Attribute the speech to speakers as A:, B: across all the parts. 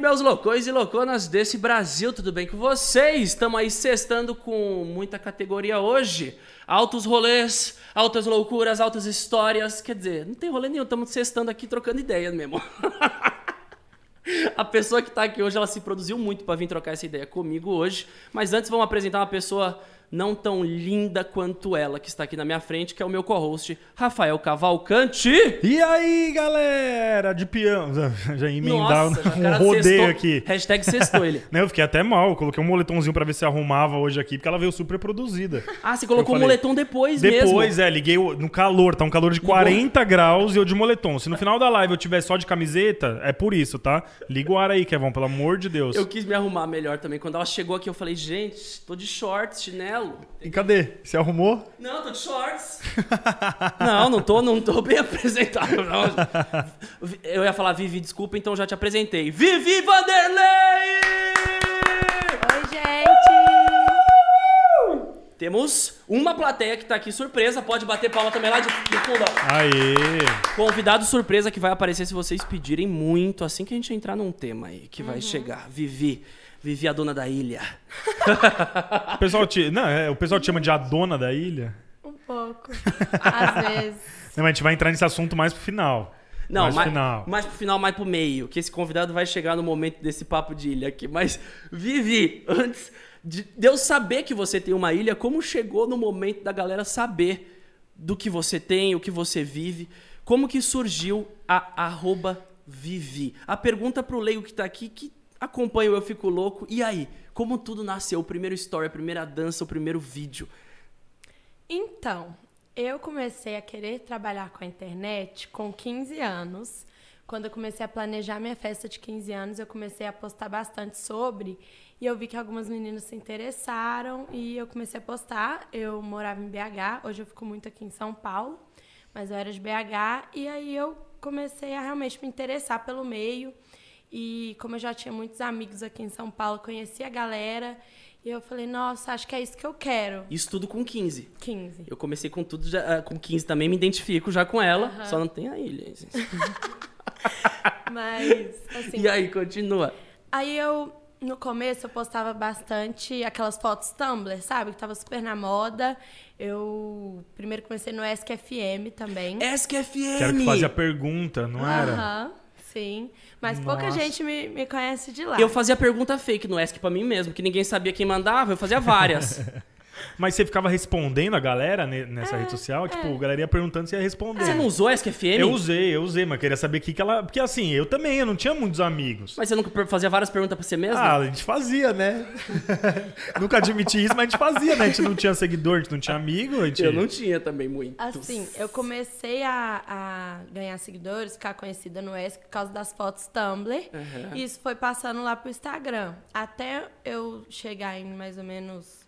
A: meus loucões e louconas desse Brasil, tudo bem com vocês? Estamos aí sextando com muita categoria hoje. Altos rolês, altas loucuras, altas histórias. Quer dizer, não tem rolê nenhum, estamos sextando aqui trocando ideias mesmo. A pessoa que tá aqui hoje, ela se produziu muito para vir trocar essa ideia comigo hoje. Mas antes, vamos apresentar uma pessoa não tão linda quanto ela que está aqui na minha frente, que é o meu co-host, Rafael Cavalcante.
B: E aí, galera de peão. Já ia emendar
A: Nossa, já o
B: um
A: cara
B: rodeio
A: sextou.
B: aqui.
A: Hashtag sextou ele.
B: Né, eu fiquei até mal, eu coloquei um moletomzinho pra ver se arrumava hoje aqui, porque ela veio super produzida.
A: Ah, você colocou o
B: Eu falei,
A: moletom depois, mesmo.
B: Depois, é, liguei o- no calor, tá um calor de 40 graus e eu de moletom. Se no final da live eu tiver só de camiseta, é por isso, tá? Liga o ar aí, Kevão, pelo amor de Deus.
A: Eu quis me arrumar melhor também. Quando ela chegou aqui, eu falei, gente, tô de shorts, chinelo.
B: E cadê? Você arrumou?
A: Não, tô de shorts. não, não tô, não tô bem apresentável. não. Eu ia falar, Vivi, desculpa, então já te apresentei. Vivi Vanderlei!
C: Oi, gente!
A: Temos uma plateia que tá aqui surpresa, pode bater palma também lá de, de fundo. ó.
B: Aê!
A: Convidado surpresa que vai aparecer se vocês pedirem muito assim que a gente entrar num tema aí que vai chegar. Vivi, Vivi a dona da ilha.
B: O pessoal te, não, é, o pessoal te chama de a dona da ilha.
C: Um pouco. Às vezes.
B: Não, mas a gente vai entrar nesse assunto mais pro final.
A: Não,
B: mais
A: mais,
B: pro final.
A: mais pro final, mais pro meio, que esse convidado vai chegar no momento desse papo de ilha aqui. Mas, Vivi, antes de de eu saber que você tem uma ilha, como chegou no momento da galera saber do que você tem, o que você vive? Como que surgiu a arroba Vivi? A pergunta pro leigo que tá aqui, que acompanha o Eu Fico Louco, e aí? Como tudo nasceu? O primeiro story, a primeira dança, o primeiro vídeo.
C: Então, eu comecei a querer trabalhar com a internet com 15 anos. Quando eu comecei a planejar minha festa de 15 anos, eu comecei a postar bastante sobre. E eu vi que algumas meninas se interessaram e eu comecei a postar. Eu morava em BH, hoje eu fico muito aqui em São Paulo, mas eu era de BH. E aí eu comecei a realmente me interessar pelo meio. E como eu já tinha muitos amigos aqui em São Paulo, conheci a galera. E eu falei, nossa, acho que é isso que eu quero.
A: Isso tudo com 15.
C: 15.
A: Eu comecei com tudo, já, ah, com 15 também, me identifico já com ela, só não tem a ilha. gente.
C: Mas, assim.
A: E aí, continua.
C: Aí eu, no começo, eu postava bastante aquelas fotos Tumblr, sabe? Que tava super na moda. Eu primeiro comecei no SQFM também.
A: SQFM!
B: Que era que fazia pergunta, É, não
A: Ah,
B: era?
C: Aham, sim. Mas pouca
B: Nossa.
C: gente me, me conhece de lá.
A: Eu fazia pergunta fake no ESC pra mim mesmo, que ninguém sabia quem mandava, eu fazia várias.
B: É. Mas você ficava respondendo a galera ne- nessa rede social? Tipo, a galera ia perguntando se ia responder.
A: Você é não usou SQFM?
B: Eu usei, eu usei, mas queria saber o que, que ela. Porque assim, eu também, eu não tinha muitos amigos.
A: Mas você nunca per- fazia várias perguntas pra você mesmo?
B: Ah, a gente fazia, né? Nunca admiti isso, mas a gente fazia, né? A gente não tinha seguidor, a gente não tinha amigo. A gente...
A: eu não tinha também muito.
C: Assim, eu comecei a, a ganhar seguidores, ficar conhecida no ESC por causa das fotos Tumblr. E isso foi passando lá pro Instagram. Até eu chegar em mais ou menos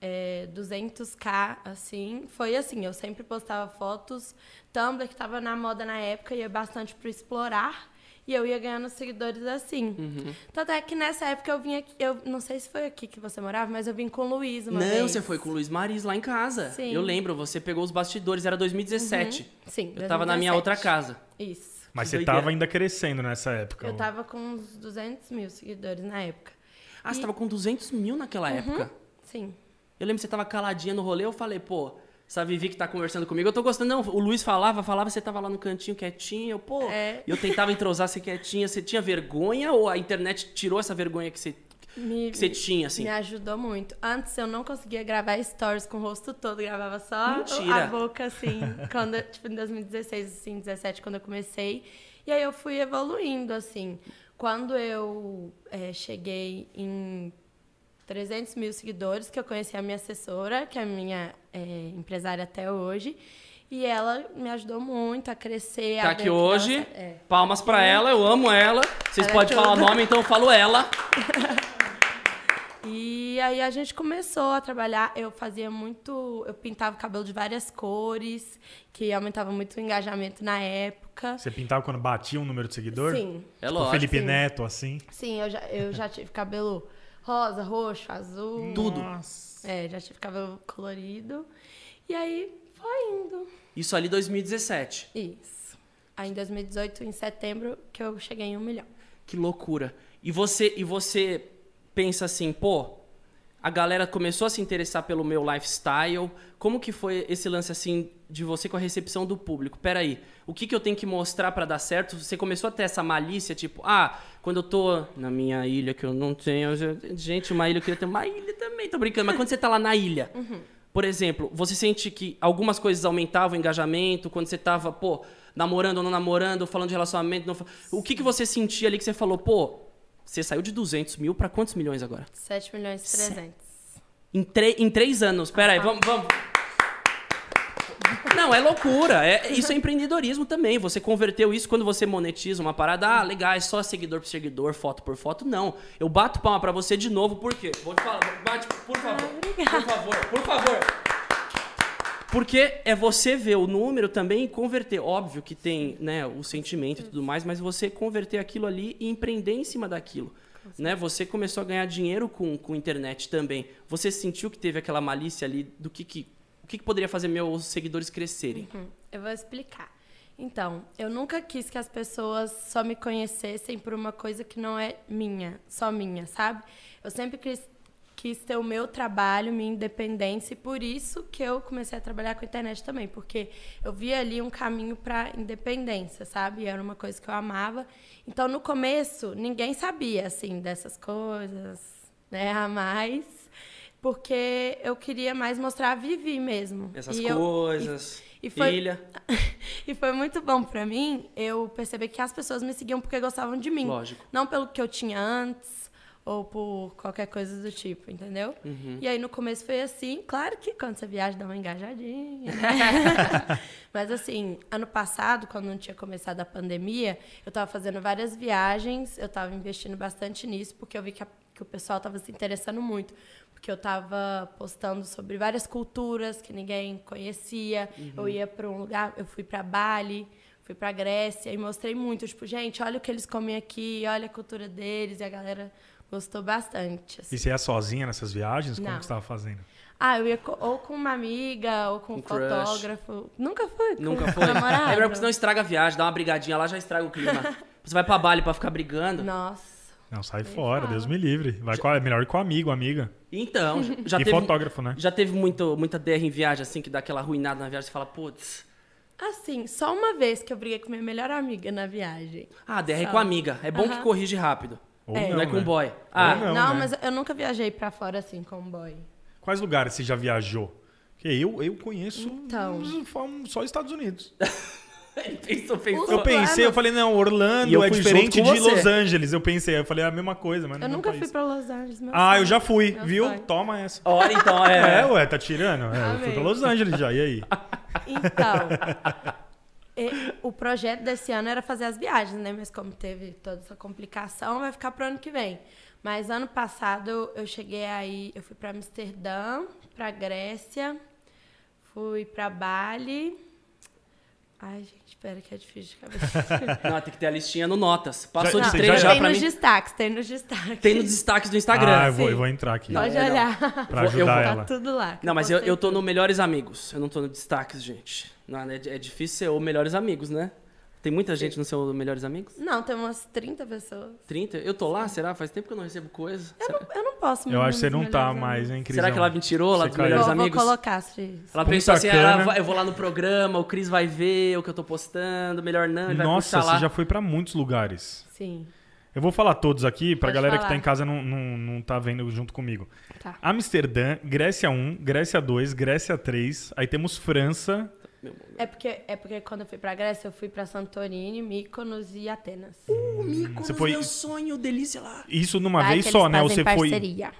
C: é, 200k, assim. Foi assim, eu sempre postava fotos Tumblr, que tava na moda na época, ia bastante pro explorar. E eu ia ganhando seguidores assim.
A: Uhum.
C: Tanto é que nessa época eu vim aqui, eu não sei se foi aqui que você morava, mas eu vim com o Luiz uma
A: Não,
C: vez.
A: você foi com o Luiz Maris lá em casa.
C: Sim. Uhum.
A: Eu lembro, você pegou os bastidores, era 2017.
C: Sim,
A: Eu tava na minha
C: 2017.
A: outra casa.
C: Isso.
B: Mas
A: Que
B: você
A: doideira.
B: tava ainda crescendo nessa época.
C: Eu tava com uns 200 mil seguidores na época.
A: Ah, você tava com 200 mil naquela
C: Uhum.
A: época.
C: Sim.
A: Eu lembro que você tava caladinha no rolê, eu falei, pô, essa Vivi que tá conversando comigo, eu tô gostando. Não, o Luiz falava, falava, você tava lá no cantinho quietinho, eu, pô,
C: É.
A: eu tentava entrosar você quietinha, você tinha vergonha ou a internet tirou essa vergonha que você,
C: Me,
A: que você tinha, assim?
C: me ajudou muito. Antes eu não conseguia gravar stories com o rosto todo, gravava só
A: Mentira.
C: a boca, assim. quando, eu- tipo, em 2016, assim, 17, quando eu comecei. E aí eu fui evoluindo, assim. Quando eu eh, cheguei em 300 mil seguidores, que eu conheci a minha assessora, que é a minha eh, empresária até hoje. E ela me ajudou muito a crescer. a
A: Tá
C: ver o que
A: aqui
C: dava
A: hoje,
C: certo. É.
A: palmas pra ela, eu amo ela. Vocês
C: Ela é
A: podem falar
C: tudo.
A: nome, então eu falo ela.
C: E aí a gente começou a trabalhar. Eu fazia muito. Eu pintava o cabelo de várias cores, que aumentava muito o engajamento na época.
B: Você pintava quando batia um número de seguidor?
C: Sim.
A: É
B: O
A: lógico.
B: Felipe Neto, assim.
C: Sim, eu já, eu já tive cabelo rosa, roxo, azul.
A: Tudo.
B: Nossa.
C: É, já tive cabelo colorido. E aí foi indo.
A: Isso ali 2017.
C: Isso. Aí em 2018, em setembro, que eu cheguei em um milhão.
A: Que loucura. E você, e você pensa assim, pô, a galera começou a se interessar pelo meu lifestyle. Como que foi esse lance assim de você com a recepção do público? Peraí, o que, que eu tenho que mostrar pra dar certo? Você começou a ter essa malícia, tipo, ah, quando eu tô na minha ilha que eu não tenho. eu- Gente, uma ilha eu queria ter uma ilha também, tô brincando. Mas quando você tá lá na ilha, por exemplo, você sente que algumas coisas aumentavam o engajamento quando você tava, pô, namorando ou não namorando, falando de relacionamento. não fa- O que, que você sentia ali que você falou, pô, você saiu de 200 mil pra quantos milhões agora?
C: 7 milhões e 300.
A: Em, tre- em três anos. Pera aí, vamos, vamos. Não, é loucura. É, isso é empreendedorismo também. Você converteu isso quando você monetiza uma parada. Ah, legal, é só seguidor por seguidor, foto por foto. Não. Eu bato palma pra você de novo, por quê? Vou te falar, bate, por favor.
C: obrigada.
A: Por favor, por favor. Porque é você ver o número também e converter. Óbvio que tem né, o sentimento e tudo mais, mas você converter aquilo ali e empreender em cima daquilo. Né? Você começou a ganhar dinheiro com, com internet também. Você sentiu que teve aquela malícia ali do que, que, o que, que poderia fazer meus seguidores crescerem?
C: Hum, Eu vou explicar. Então, eu nunca quis que as pessoas só me conhecessem por uma coisa que não é minha, só minha, sabe? Eu sempre quis, quis ter o meu trabalho, minha independência, e por isso que eu comecei a trabalhar com a internet também, porque eu via ali um caminho para independência, sabe? Era uma coisa que eu amava. Então, no começo, ninguém sabia, assim, dessas coisas, né, a mais, porque eu queria mais mostrar a Vivi mesmo.
A: Essas
C: E eu- e
A: coisas,
C: e foi-
A: filha.
C: e foi muito bom pra mim eu perceber que as pessoas me seguiam porque gostavam de mim.
A: Lógico.
C: Não pelo que eu tinha antes ou por qualquer coisa do tipo, entendeu? E aí no começo foi assim, claro que quando você viaja dá uma engajadinha. né? Mas assim, ano passado, quando não tinha começado a pandemia, eu tava fazendo várias viagens, eu tava investindo bastante nisso porque eu vi que, a- que o pessoal tava se interessando muito. Porque eu tava postando sobre várias culturas que ninguém conhecia. Eu ia pra um lugar, eu fui pra Bali, Fui pra Grécia e mostrei muito, tipo, gente, olha o que eles comem aqui, olha a cultura deles, e a galera gostou bastante. assim.
B: E você ia sozinha nessas viagens? Como
C: Não.
B: que você tava fazendo?
C: Ah, eu ia co- ou com uma amiga, ou com um
A: Um crush.
C: fotógrafo. Nunca fui. com
A: Nunca
C: um
A: foi? É melhor porque
C: Namorado.
A: senão estraga a viagem, dá uma brigadinha lá, já estraga o clima. Você vai pra Bali pra ficar brigando.
C: Nossa.
B: Não, sai fora,
C: fala.
B: Deus me livre. Vai com, é melhor ir com amigo, amiga.
A: Então, já- já
B: e
A: teve...
B: fotógrafo, né?
A: Já teve muito, muita DR em viagem, assim, que dá aquela arruinada na viagem, você fala, putz,
C: Assim, só uma vez que eu briguei com minha melhor amiga na viagem.
A: ah, DR é
C: Só.
A: com a amiga. É bom que
C: Aham.
A: corrige rápido.
B: Ou
A: não, é com
B: né?
A: o boy. Ah,
B: Ou Não, né?
C: mas eu nunca viajei pra fora assim com um boy.
B: Quais lugares você já viajou? Porque eu, eu conheço
C: Então.
B: uns- um- só Estados Unidos.
A: ele pensou, pensou.
B: Eu
C: Orlando.
B: pensei, eu falei, não,
A: Ah, E eu
B: Orlando é
A: fui
B: diferente de
A: junto com você.
B: Los Angeles. Eu pensei, eu falei, é a mesma coisa, mas não
C: Eu
B: é o
C: nunca
B: mesmo país.
C: fui pra Los Angeles, meu
B: Ah,
C: sonho.
B: eu já fui,
C: Meu
B: viu?
C: sonho.
B: Toma essa.
A: Ora, então, é. Ah,
B: É, ué, tá tirando? É, eu fui
C: Amei.
B: pra Los Angeles já, e aí?
C: Então, e- o projeto desse ano era fazer as viagens, né? Mas como teve toda essa complicação, vai ficar pro ano que vem. Mas ano passado eu cheguei aí, eu fui para Amsterdã, para Grécia, fui para Bali. Ai, gente, espera que é difícil de cabeça.
A: Não, tem que ter a listinha no Notas. Passou de
B: Já- já-
A: três já,
B: já-
C: tem
A: pra
C: nos
A: mim.
C: destaques, tem nos destaques.
A: Tem nos destaques do Instagram.
B: Ah, eu vou,
C: sim.
B: eu vou entrar aqui
A: Não,
C: Pode
A: é, não.
C: olhar.
B: pra
A: tá vou- eu
B: ajudar
A: vou-
B: ela.
C: Tá tudo lá. que
A: Não, mas eu,
C: postei
A: eu tô
C: tudo.
A: no Melhores Amigos. Eu não tô no destaques, gente. Não, é, é difícil ser o Melhores Amigos, né? Tem muita gente no seu Melhores Amigos?
C: Não, tem umas 30 pessoas.
A: 30? Eu tô lá, será? Faz tempo que eu não recebo coisa.
C: Eu
A: Será,
C: não, eu não posso
B: Eu acho que você
C: nos
B: não tá
C: melhores
B: mais, hein, Cris?
A: será que ela me tirou lá
B: Você
A: dos
B: caiu.
A: Melhores
C: Vou, vou
A: Amigos?
C: colocar, Cris.
A: Ela
B: Puta
A: pensou assim, ela
B: cana.
A: vai- eu vou lá no programa, o Cris vai ver o que eu tô postando, melhor não, ele
B: Nossa,
A: vai puxar lá.
B: você já foi pra muitos lugares.
C: Sim,
B: Eu vou falar todos aqui, pra
C: Pode
B: galera que
C: falar.
B: tá em casa não, não, não tá vendo junto comigo.
C: tá.
B: Amsterdã, Grécia 1, Grécia 2, Grécia 3. Aí temos França.
C: É porque, é porque quando eu fui pra Grécia, eu fui pra Santorini, Mykonos e Atenas.
A: O Mico,
B: Você foi-
A: meu sonho, delícia lá.
B: Isso numa
C: Vai
B: vez
C: que
B: só,
C: eles
B: né? Ou
C: fazem
B: Você foi.
C: parceria.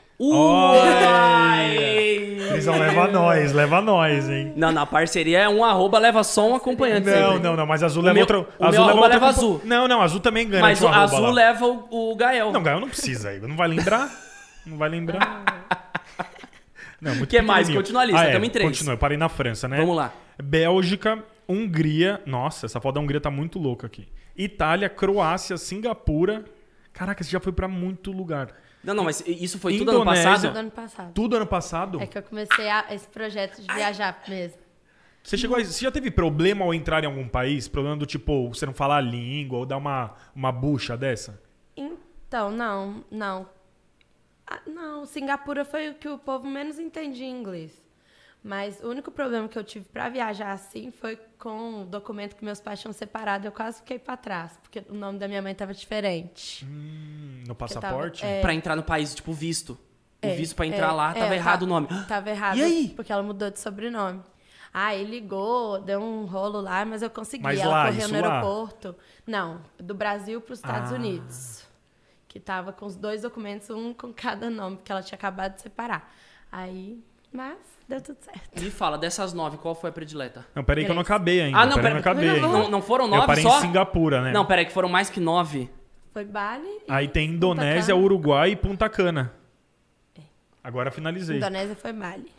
B: Eles vão levar nós, leva nós, hein?
A: Não, não, parceria é um arroba, leva só um acompanhante.
B: Não,
A: sempre.
B: não, não, mas azul
A: O
B: leva
A: meu-
B: outra.
A: o meu arroba leva azul.
B: Não, não, azul também ganha.
A: Mas o azul leva o, o Gael.
B: um Não, Gael não precisa aí. Não vai lembrar? Não vai lembrar. Não, muito
A: Que mais?
B: pequenininho.
A: Continua a lista,
B: Ah, é,
A: tamo em três.
B: Continua, eu parei na França, né?
A: Vamos lá.
B: Bélgica, Hungria. Nossa, essa foto da Hungria tá muito louca aqui. Itália, Croácia, Singapura. Caraca, você já foi pra muito lugar.
A: Não, não, mas isso foi tudo ano
B: Indonésia.
A: passado?
C: Do ano passado.
B: Tudo ano passado?
C: É que eu comecei a- esse projeto de viajar mesmo.
B: Você chegou a- Você já teve problema ao entrar em algum país? Problema do tipo, você não falar a língua ou dar uma, uma bucha dessa?
C: Então, não, não. Ah, não, Singapura foi o que o povo menos entendia em inglês. Mas o único problema que eu tive para viajar assim foi com o documento que meus pais tinham separado. Eu quase fiquei para trás, porque o nome da minha mãe estava diferente.
B: Hum, no
C: tava-
B: passaporte?
A: Pra entrar no país, tipo, visto.
C: É,
A: o visto pra entrar
C: é,
A: lá,
C: é,
A: tava
C: tá-
A: errado o nome.
C: Tava errado.
A: E aí?
C: Porque ela mudou de sobrenome. Aí ligou, deu um rolo lá, mas eu consegui.
B: Mas
C: ela
B: lá,
C: correu
B: isso
C: no
B: lá?
C: aeroporto. Não, do Brasil para os Estados
B: Ah.
C: Unidos. Que tava com os dois documentos, um com cada nome, porque ela tinha acabado de separar. Aí, mas deu tudo certo.
A: Me fala, dessas nove, qual foi a predileta?
B: Não, peraí que eu não acabei ainda.
A: Ah, não,
B: peraí, que eu
A: peraí.
B: não acabei ainda.
A: Não, não foram nove
B: Eu parei
A: só?
B: em Singapura, né?
A: Não, peraí, que foram mais que nove.
C: Foi Bali. e
B: Aí tem
C: Punta
B: Indonésia,
C: Cana. É.
B: Uruguai e Punta Cana. Agora finalizei.
C: Indonésia foi Bali.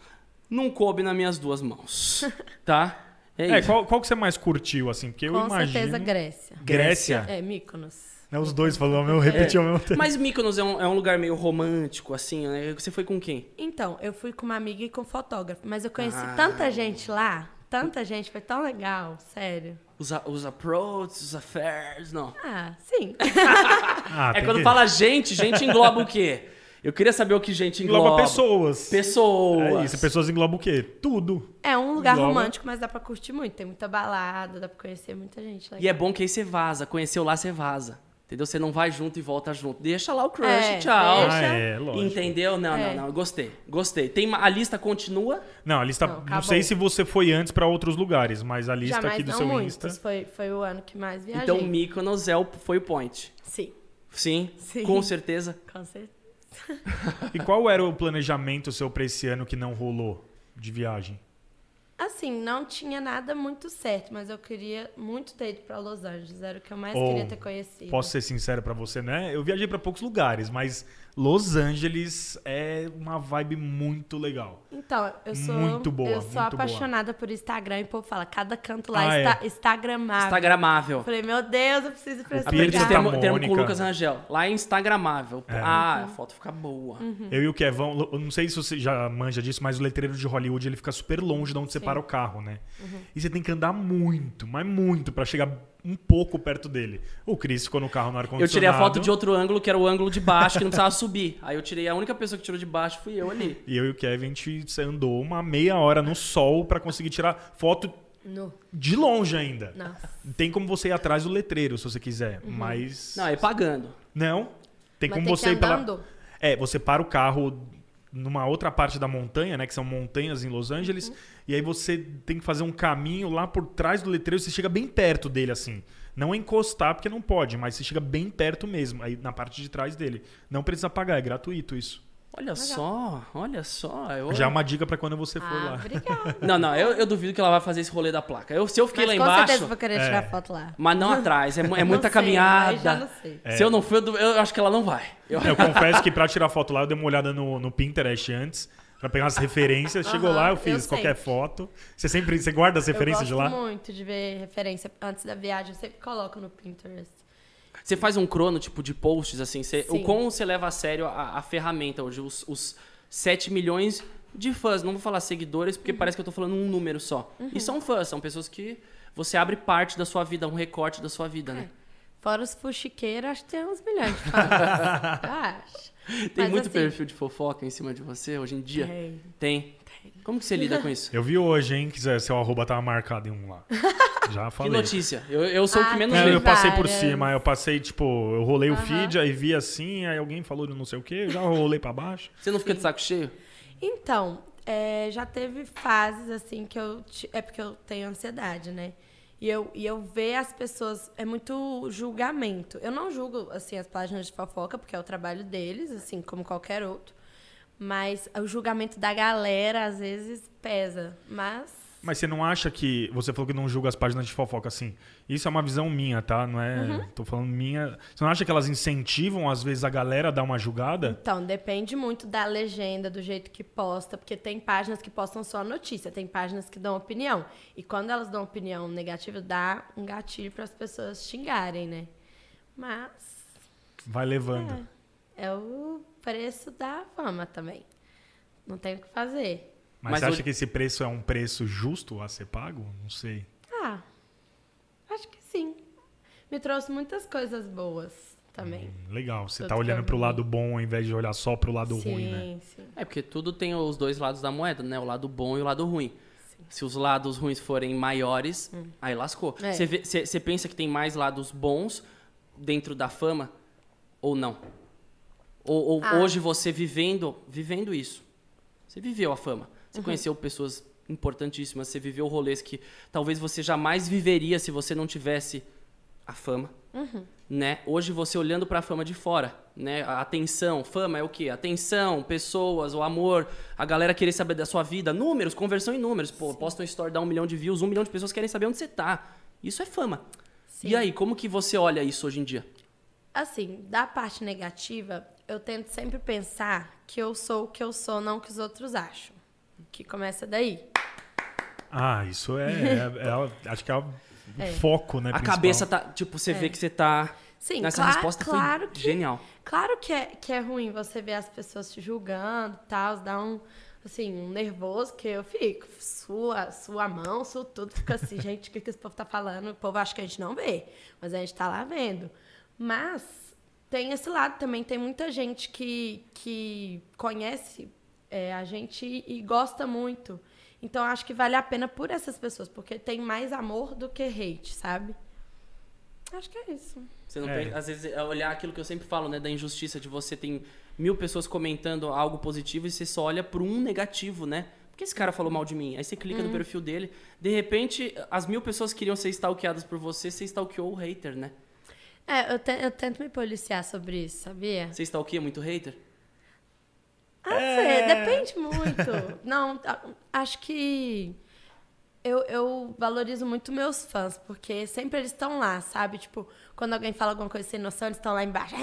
A: Não coube nas minhas duas mãos. Tá?
B: É, qual, qual que você mais curtiu, assim? Porque eu
C: com
B: imagino...
C: certeza, Grécia.
B: Grécia.
C: É, Mykonos.
B: Né, os dois falando, eu repeti ao mesmo tempo.
A: Mas Mykonos é um, é um lugar meio romântico, assim, né? Você foi com quem?
C: Então, eu fui com uma amiga e com um fotógrafo, mas eu conheci
A: Ah.
C: tanta gente lá, tanta gente, foi tão legal, sério.
A: Os, a- os approaches, os affairs, não.
C: Ah, sim.
B: Ah,
A: é
B: tem
A: quando
B: que-
A: fala gente, gente engloba o quê? Eu queria saber o que gente engloba.
B: Engloba pessoas.
A: Pessoas.
B: É isso, pessoas engloba o quê? Tudo.
C: É um lugar
B: Logo.
C: romântico, mas dá pra curtir muito, tem muita balada, dá pra conhecer muita gente legal.
A: E é bom que aí você vaza. Conheceu lá, você vaza. Entendeu? Você não vai junto e volta junto. Deixa lá o crush,
C: É,
A: tchau.
C: deixa.
B: Ah, é, lógico.
A: Entendeu? Não,
C: É.
A: não, não. Gostei. Gostei. Tem ma- a lista continua.
B: Não, a lista...
C: Não,
B: Não,
C: acabou.
B: sei se você foi antes pra outros lugares, mas a lista
C: Jamais
B: aqui do
C: não
B: seu
C: muitos,
B: Insta...
C: Foi, foi o ano que mais viajei.
A: Então Mykonos é o, foi o point.
C: Sim,
A: Sim,
C: Sim.
A: com certeza.
C: com certeza.
B: E qual era o planejamento seu pra esse ano que não rolou de viagem?
C: Assim, não tinha nada muito certo, mas eu queria muito ter ido pra Los Angeles, era o que eu mais
B: Ou,
C: queria ter conhecido.
B: Oh, Posso ser sincero pra você, né? Eu viajei pra poucos lugares, mas Los Angeles é uma vibe muito legal.
C: Então, eu sou
B: Muito boa,
C: eu sou
B: muito boa.
C: apaixonada por Instagram e o povo fala, cada canto lá
B: Ah, é.
C: está instagramável.
A: Instagramável.
C: Eu falei, meu Deus, eu preciso ir pra esse
B: Pedro
A: Aprendi o
B: Santa
A: termo,
C: lugar.
A: termo com o
B: Mônica.
A: Lucas Rangel. Lá é Instagramável.
B: É.
A: Ah, a foto fica boa.
C: Uhum.
B: Eu e o Kevão, eu não sei se você já manja disso, mas o letreiro de Hollywood ele fica super longe de onde você para o carro, né?
C: Uhum.
B: E você tem que andar muito, mas muito, pra chegar um pouco perto dele. O Chris ficou no carro no ar-condicionado.
A: Eu tirei a foto de outro ângulo, que era o ângulo de baixo, que não precisava subir. Aí eu tirei, a única pessoa que tirou de baixo fui eu ali.
B: E eu e o Kevin, a gente andou uma meia hora no sol pra conseguir tirar foto
C: No.
B: de longe ainda.
C: Nossa.
B: Tem como você ir atrás do letreiro, se você quiser,
C: Uhum.
B: mas...
A: Não, é pagando.
B: Não. Tem
C: Mas
B: como
C: tem que
B: você
C: ir
B: ir pela.
C: andando.
B: É, você para o carro numa outra parte da montanha, né? Que são montanhas em Los
C: Uhum.
B: Angeles. E aí você tem que fazer um caminho lá por trás do letreiro. Você chega bem perto dele, assim. Não é encostar, porque não pode, mas você chega bem perto mesmo, aí na parte de trás dele. Não precisa pagar, é gratuito isso.
A: Olha só, olha só. Eu...
B: Já é uma dica pra quando você for
C: Ah,
B: lá.
C: obrigada.
A: Não, não, eu, eu duvido que ela vai fazer esse rolê da placa. Eu, se eu fiquei
C: Mas
A: lá
C: com
A: embaixo, É.
C: certeza eu vou querer tirar foto lá.
A: mas não atrás, é, mu- é muita
C: sei, né?
A: caminhada.
C: aí já não sei.
A: Se eu não fui, eu, du- eu acho que ela não vai. Eu-
B: Eu confesso que pra tirar foto lá, eu dei uma olhada no, no Pinterest antes. Pra pegar umas referências, chegou lá, eu
C: Aham,
B: fiz
C: eu
B: qualquer
C: sei.
B: foto. Você sempre você guarda as
C: Eu
B: referências
C: gosto
B: de lá?
C: muito de ver referência antes da viagem, eu sempre coloco no Pinterest.
A: Você faz um crono, tipo, de posts, assim, você,
C: Sim.
A: o como você leva a sério a, a ferramenta hoje, os, os 7 milhões de fãs, não vou falar seguidores, porque
C: Uhum.
A: parece que eu tô falando um número só. E são fãs, são pessoas que você abre parte da sua vida, um recorte da sua vida, né?
C: Fora os fuxiqueiros, acho que tem uns milhões de fãs. eu acho.
A: Tem
C: Mas,
A: muito
C: assim,
A: perfil de fofoca em cima de você hoje em dia?
C: Tem.
A: Tem. Como que você lida com isso?
B: Eu vi hoje, hein? Que seu arroba tava marcado em um lá. Já
A: Que
B: falei.
A: notícia? Eu, eu sou o
C: Ah,
A: que menos
B: Não,
A: vê.
B: eu passei por
C: várias.
B: cima, eu passei, tipo, eu rolei o
C: Aham.
B: feed, aí vi assim, aí alguém falou de não sei o quê, eu já rolei pra baixo.
A: Você não fica de saco cheio?
C: Então, é, já teve fases assim que eu. ti- É porque eu tenho ansiedade, né? E eu, e eu ver as pessoas. É muito julgamento. Eu não julgo, assim, as páginas de fofoca, porque é o trabalho deles, assim, como qualquer outro. Mas o julgamento da galera, às vezes, pesa. Mas.
B: Mas você não acha que. Você falou que não julga as páginas de fofoca assim. Isso é uma visão minha, tá? Não é.
C: Uhum.
B: Tô falando minha. Você não acha que elas incentivam, às vezes, a galera a dar uma julgada?
C: Então, depende muito da legenda, do jeito que posta, porque tem páginas que postam só notícia, tem páginas que dão opinião. E quando elas dão opinião negativa, dá um gatilho para as pessoas xingarem, né? Mas
B: Vai levando.
C: é o preço da fama também. Não tem o que fazer.
B: Mas,
A: Mas
B: você acha
A: hoje-
B: que esse preço é um preço justo a ser pago? Não sei.
C: Ah, acho que sim. Me trouxe muitas coisas boas também.
B: Legal, você
C: Tanto
B: tá
C: que
B: olhando
C: eu
B: pro
C: vi.
B: lado bom ao invés de olhar só pro lado
C: sim,
B: ruim, né?
C: sim.
A: É porque tudo tem os dois lados da moeda, né? O lado bom e o lado ruim. Se os lados ruins forem maiores, aí lascou.
C: É.
A: Você vê- Você você pensa que tem mais lados bons dentro da fama ou não? Ou, ou
C: Ah.
A: hoje você vivendo, vivendo isso. Você viveu a fama.
C: Uhum.
A: Você conheceu pessoas importantíssimas, você viveu rolês que talvez você jamais viveria se você não tivesse a fama.
C: Uhum.
A: Né? Hoje você olhando pra fama de fora, né? A atenção, fama é o quê? Atenção, pessoas, o amor, a galera querer saber da sua vida, números, conversão em números. Pô, posta um story, dá um milhão de views, um milhão de pessoas querem saber onde você tá. Isso é fama.
C: Sim.
A: E aí, como que você olha isso hoje em dia?
C: Assim, da parte negativa, eu tento sempre pensar que eu sou o que eu sou, não o que os outros acham. Que começa daí.
B: Ah, isso é. é- é a- acho que é o
C: É.
B: foco, né?
A: a
B: principal.
A: cabeça tá, tipo, você vê que você tá...
C: Sim,
A: Nessa
C: cla-
A: resposta foi
C: claro que
A: genial.
C: Claro que é, que é ruim você ver as pessoas te julgando e tal, dá um, assim, um nervoso que eu fico, sua, sua mão, sua tudo, fica assim, gente, o que, que esse povo tá falando? O povo acha que a gente não vê, mas a gente tá lá vendo. Mas tem esse lado também, tem muita gente que, que conhece é, a gente e gosta muito. Então acho que vale a pena por essas pessoas, porque tem mais amor do que hate, sabe? Acho que é isso.
A: Você não
B: É.
A: pensa- às vezes é olhar aquilo que eu sempre falo, né? Da injustiça de você tem mil pessoas comentando algo positivo e você só olha por um negativo, né? Por que esse cara falou mal de mim? Aí você clica no perfil dele, de repente, as mil pessoas queriam ser stalkeadas por você, você stalkeou o hater, né?
C: É, eu, te- eu tento me policiar sobre isso, sabia?
A: Você stalkeia muito hater?
C: Ah, sei, depende muito. Não, a- acho que eu, eu valorizo muito meus fãs, porque sempre eles estão lá, sabe? Tipo, quando alguém fala alguma coisa sem noção, eles estão lá embaixo.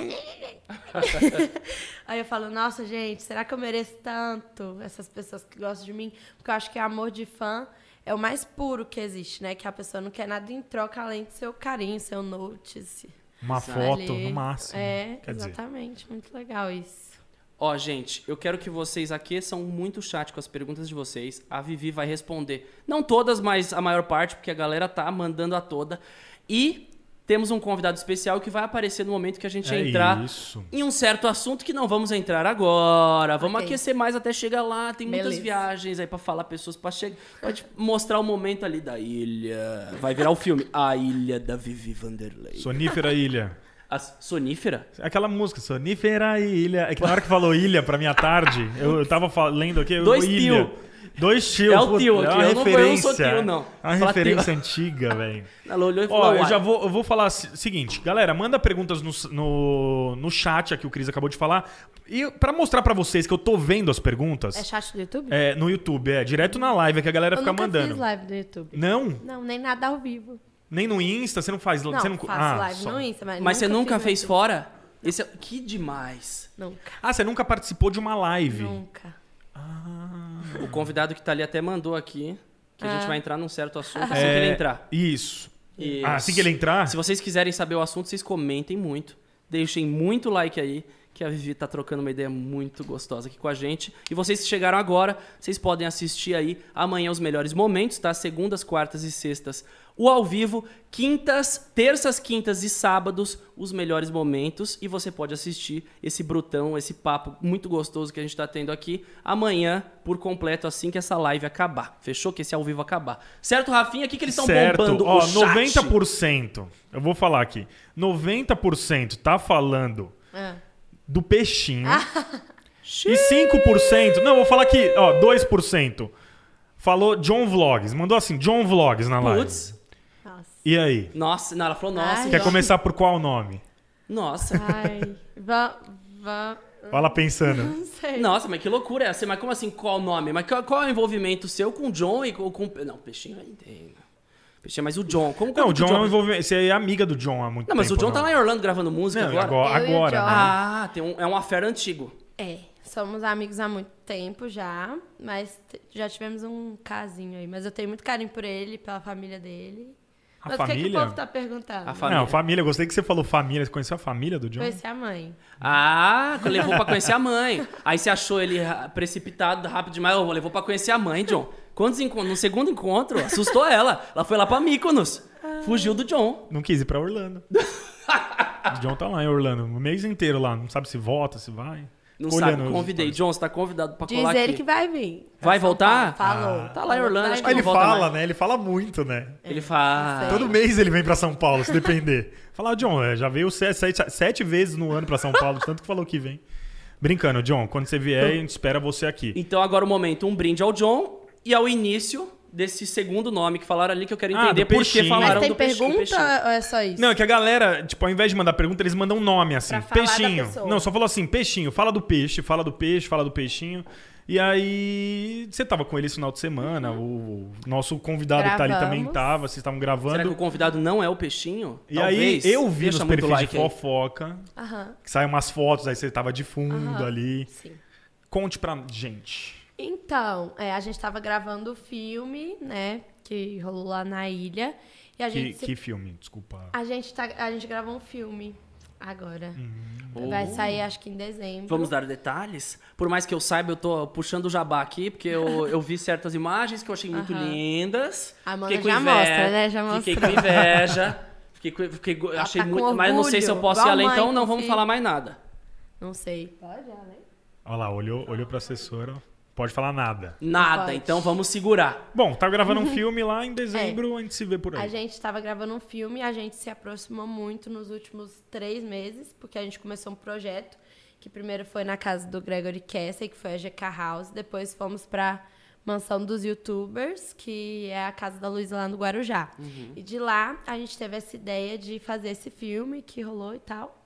C: Aí eu falo, nossa, gente, será que eu mereço tanto essas pessoas que gostam de mim? Porque eu acho que amor de fã é o mais puro que existe, né? Que a pessoa não quer nada em troca além do seu carinho, seu notice.
B: Uma
A: Exato.
B: foto,
C: Ali.
B: no máximo.
C: É,
B: Quer dizer,
C: exatamente. Muito legal isso.
A: Ó, gente, eu quero que vocês aqui são muito chat com as perguntas de vocês. A Vivi vai responder. Não todas, mas a maior parte, porque a galera tá mandando a toda. E temos um convidado especial que vai aparecer no momento que a gente
B: É
A: entrar
B: isso.
A: em um certo assunto que não vamos entrar agora. Vamos
C: Ok.
A: aquecer mais até chegar lá. Tem muitas
C: Beleza.
A: viagens aí pra falar pessoas para chegar, pode
C: É
A: mostrar o momento ali da ilha. Vai virar o filme A Ilha da Vivi Vanderlei.
B: Sonífera Ilha.
A: A sonífera?
B: Aquela música, Sonífera Ilha. É que na hora que falou ilha pra minha tarde, eu, eu tava fal- lendo aqui. eu-
A: Dois
B: ilha.
A: tio.
B: Dois tio.
A: É o
B: puta,
A: tio
B: é
A: aqui, eu
B: uma
A: não- eu não
B: referência.
A: sou tio, não.
B: É
A: Fala
B: uma
A: tio.
B: referência antiga, velho.
A: Ela olhou e falou:
B: Ó, eu
A: "Uai".
B: já vou, eu vou falar o seguinte, galera, manda perguntas no, s- no, no chat aqui, o Cris acabou de falar. E pra mostrar pra vocês que eu tô vendo as
C: É
B: perguntas,
C: chat do YouTube?
B: é, no YouTube, é direto na live é que a galera
C: eu
B: fica
C: nunca
B: mandando.
C: fiz live do YouTube.
B: Não?
C: Não, nem nada ao vivo.
B: Nem no Insta, você não faz,
C: Não,
B: você não
C: faço
B: ah,
C: live
B: só-
C: no Insta, mas,
A: Mas você nunca
C: É fiz
A: fez
C: no
A: fora? Esse é... Que demais.
C: YouTube. Nunca,
B: Ah, você nunca participou de uma live.
C: nunca.
A: O convidado que tá ali até mandou aqui que a gente vai entrar num certo assunto assim
B: É,
A: que ele entrar.
B: Isso.
A: E
B: Ah, assim que ele entrar?
A: Se vocês quiserem saber o assunto, vocês comentem muito. Deixem muito like aí, que a Vivi tá trocando uma ideia muito gostosa aqui com a gente. E vocês que chegaram agora, vocês podem assistir aí amanhã os melhores momentos, tá? Segundas, quartas e sextas, o ao vivo. Quintas, terças, quintas e sábados, os melhores momentos. E você pode assistir esse brutão, esse papo muito gostoso que a gente tá tendo aqui amanhã, por completo, assim que essa live acabar. Fechou? Que esse ao vivo acabar. Certo, Rafinha? O que, que eles estão
B: certo.
A: bombando?
B: Ó,
A: o chat.
B: 90%. Eu vou falar aqui. 90% tá falando
C: Ah.
B: do peixinho. E 5%, não, vou falar aqui, ó, 2%. Falou John Vlogs, mandou assim, John Vlogs na live.
A: Putz.
C: Nossa.
B: E aí?
A: Nossa, não, ela falou nossa.
C: Ai,
B: Quer
A: nossa.
B: começar por qual nome?
A: Nossa.
C: Ai. Vá, vá.
B: Olha ela pensando.
C: Não sei.
A: Nossa, mas que loucura é essa? Mas como assim, qual o nome? Mas qual, qual é o envolvimento seu com o John e com... com- Não, Peixinho eu entendo. Peixinho, mas o John... Como, como
B: Não, o
A: que
B: John é um envolvimento. Você é amiga do John há muito
A: Não,
B: tempo.
A: mas o John tá lá em Orlando gravando música
B: Não, e
A: agora.
B: agora.
C: Eu e o
B: agora,
C: John.
B: né?
A: Ah, tem um, é um affair antigo.
C: É, somos amigos há muito tempo já, mas t- já tivemos um casinho aí. Mas eu tenho muito carinho por ele, pela família dele.
B: A
C: mas o que, que
B: família?
C: o povo tá perguntando?
A: A família.
B: Não, família. Gostei que você falou família. Você conheceu a família do John?
C: Conheci a mãe.
A: Ah, levou pra conhecer a mãe. Aí você achou ele ra- precipitado, rápido demais. Ô, levou pra conhecer a mãe, John. Quantos encontros? No segundo encontro, assustou ela. Ela foi lá pra Mykonos. Fugiu do John.
B: Não quis ir pra Orlando. O John tá lá em Orlando, o mês inteiro lá. Não sabe se vota, se vai.
A: Não
B: Fica
A: sabe,
B: olhando as
A: convidei.
B: histórias.
A: John, você tá convidado pra
C: Diz
A: colar
C: ele
A: aqui.
C: que vai vir.
A: Vai
C: Pra São
A: voltar?
C: Paulo. Falou.
A: Ah. Tá lá em Orlando, acho que
B: Mas
C: Vai
A: não
B: ele
C: vir.
A: volta
B: fala,
A: mais.
B: né? Ele fala muito, né?
C: É.
A: Ele fala. "Ah,
C: Não
B: Todo mês ele vem pra São Paulo, se depender. Falar, John, é, já veio se- sete, sete vezes no ano pra São Paulo, de tanto que falou que vem. Brincando, John, quando você vier, a gente espera você aqui.
A: Então agora o momento, um brinde ao John e ao início desse segundo nome que falaram ali, que eu quero
B: Ah,
A: entender
B: do
A: por que
B: peixinho.
A: falaram
C: Mas tem
A: do peixinho,
C: pergunta
A: peixinho.
C: ou é só isso?
B: Não, é que a galera, tipo, ao invés de mandar pergunta, eles mandam um nome, assim.
C: Pra falar da
B: peixinho.
C: pessoa.
B: Não, só falou assim, peixinho, fala do peixe, fala do peixe, fala do peixinho. E aí, você tava com ele esse final de semana, o nosso convidado que tá ali também
C: Uhum. Gravamos.
B: tava, vocês estavam
A: Será que
B: gravando.
A: o convidado não é o peixinho?
B: E
A: Talvez.
B: aí, eu vi
A: Deixa
B: nos
A: muito
B: perfis
A: like
B: de
A: aí.
B: fofoca,
C: Aham,
B: que saem umas fotos, aí você tava de fundo
C: Aham.
B: ali.
C: sim.
B: Conte pra gente.
C: Então, é, a gente tava gravando o filme, né? Que rolou lá na ilha. E a
B: Que,
C: gente, se-
B: que filme? Desculpa.
C: A, gente tá, a gente gravou um filme agora.
A: Oh.
C: Vai sair, acho que em dezembro.
A: Vamos dar detalhes? Por mais que eu saiba, eu tô puxando o jabá aqui, porque eu, eu vi certas imagens que eu achei muito
C: Aham.
A: lindas.
C: A Amanda
A: Fiquei com
C: já
A: inveja,
C: mostra, né? Já
A: Fiquei com
C: mostrou.
A: inveja. Fiquei, com- fiquei, go-
C: Ela
A: achei
C: tá com
A: muito. Mas não sei se eu
C: orgulho,
A: posso ir
C: igual
A: além,
C: mãe
A: então
C: com
A: não vamos
C: filho.
A: falar mais nada.
C: Não sei. Pode, né?
B: Olha lá, olhou, olhou pra assessora, pode falar nada.
A: Nada,
C: pode.
A: então vamos segurar.
B: Bom, tá gravando um filme lá em dezembro, a gente se vê por
C: É. A
B: aí.
C: gente estava gravando um filme, a gente se aproximou muito nos últimos três meses, porque a gente começou um projeto que primeiro foi na casa do Gregory Cassie, que foi a GK House, depois fomos para mansão dos YouTubers, que é a casa da Luísa lá no Guarujá.
B: Uhum.
C: E de lá a gente teve essa ideia de fazer esse filme que rolou e tal.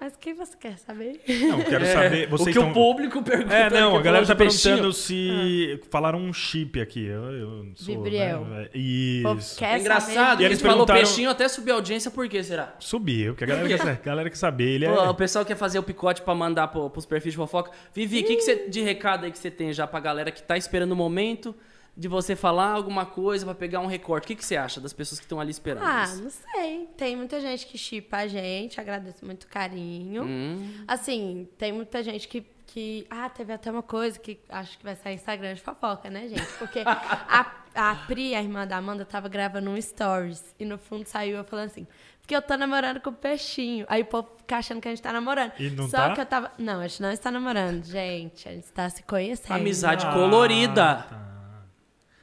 C: Mas o que você quer saber?
B: Não, quero
A: É,
B: saber. Vocês
A: o que
B: tão...
A: o público pergunta.
B: É,
A: que
B: não, a
A: falou
B: galera
A: de
B: tá
A: peixinho. Ah.
B: perguntando se falaram um chip aqui. Eu, eu sou,
C: Vibriel.
B: né, velho?
C: O povo
B: Isso.
C: quer
A: É engraçado, e
C: saber
B: E
A: eles
B: eles
A: falou
B: perguntaram-
A: peixinho até subir a audiência, por que será?
B: Subiu, porque a galera quer, saber- a galera quer saber. Ele é...
A: Pô, o pessoal quer fazer o picote pra mandar pro, pros perfis de fofoca. Vivi, o que, que você de recado aí que você tem já pra galera que tá esperando o momento de você falar alguma coisa pra pegar um recorte? O que, que você acha das pessoas que estão ali esperando?
C: Ah,
A: isso?
C: não sei. Tem muita gente que chipa a gente, agradeço muito o carinho.
B: Hum.
C: Assim, tem muita gente que, que. Ah, teve até uma coisa que acho que vai sair Instagram de fofoca, né, gente? Porque a, a Pri, a irmã da Amanda, tava gravando um stories e no fundo saiu eu falando assim. Porque eu tô namorando com o peixinho. Aí o povo fica achando que a gente tá namorando.
B: E não
C: Só
B: tá?
C: que eu tava. Não, a gente não está namorando, gente. A gente tá se conhecendo.
A: Amizade
B: Ah,
A: colorida.
B: tá.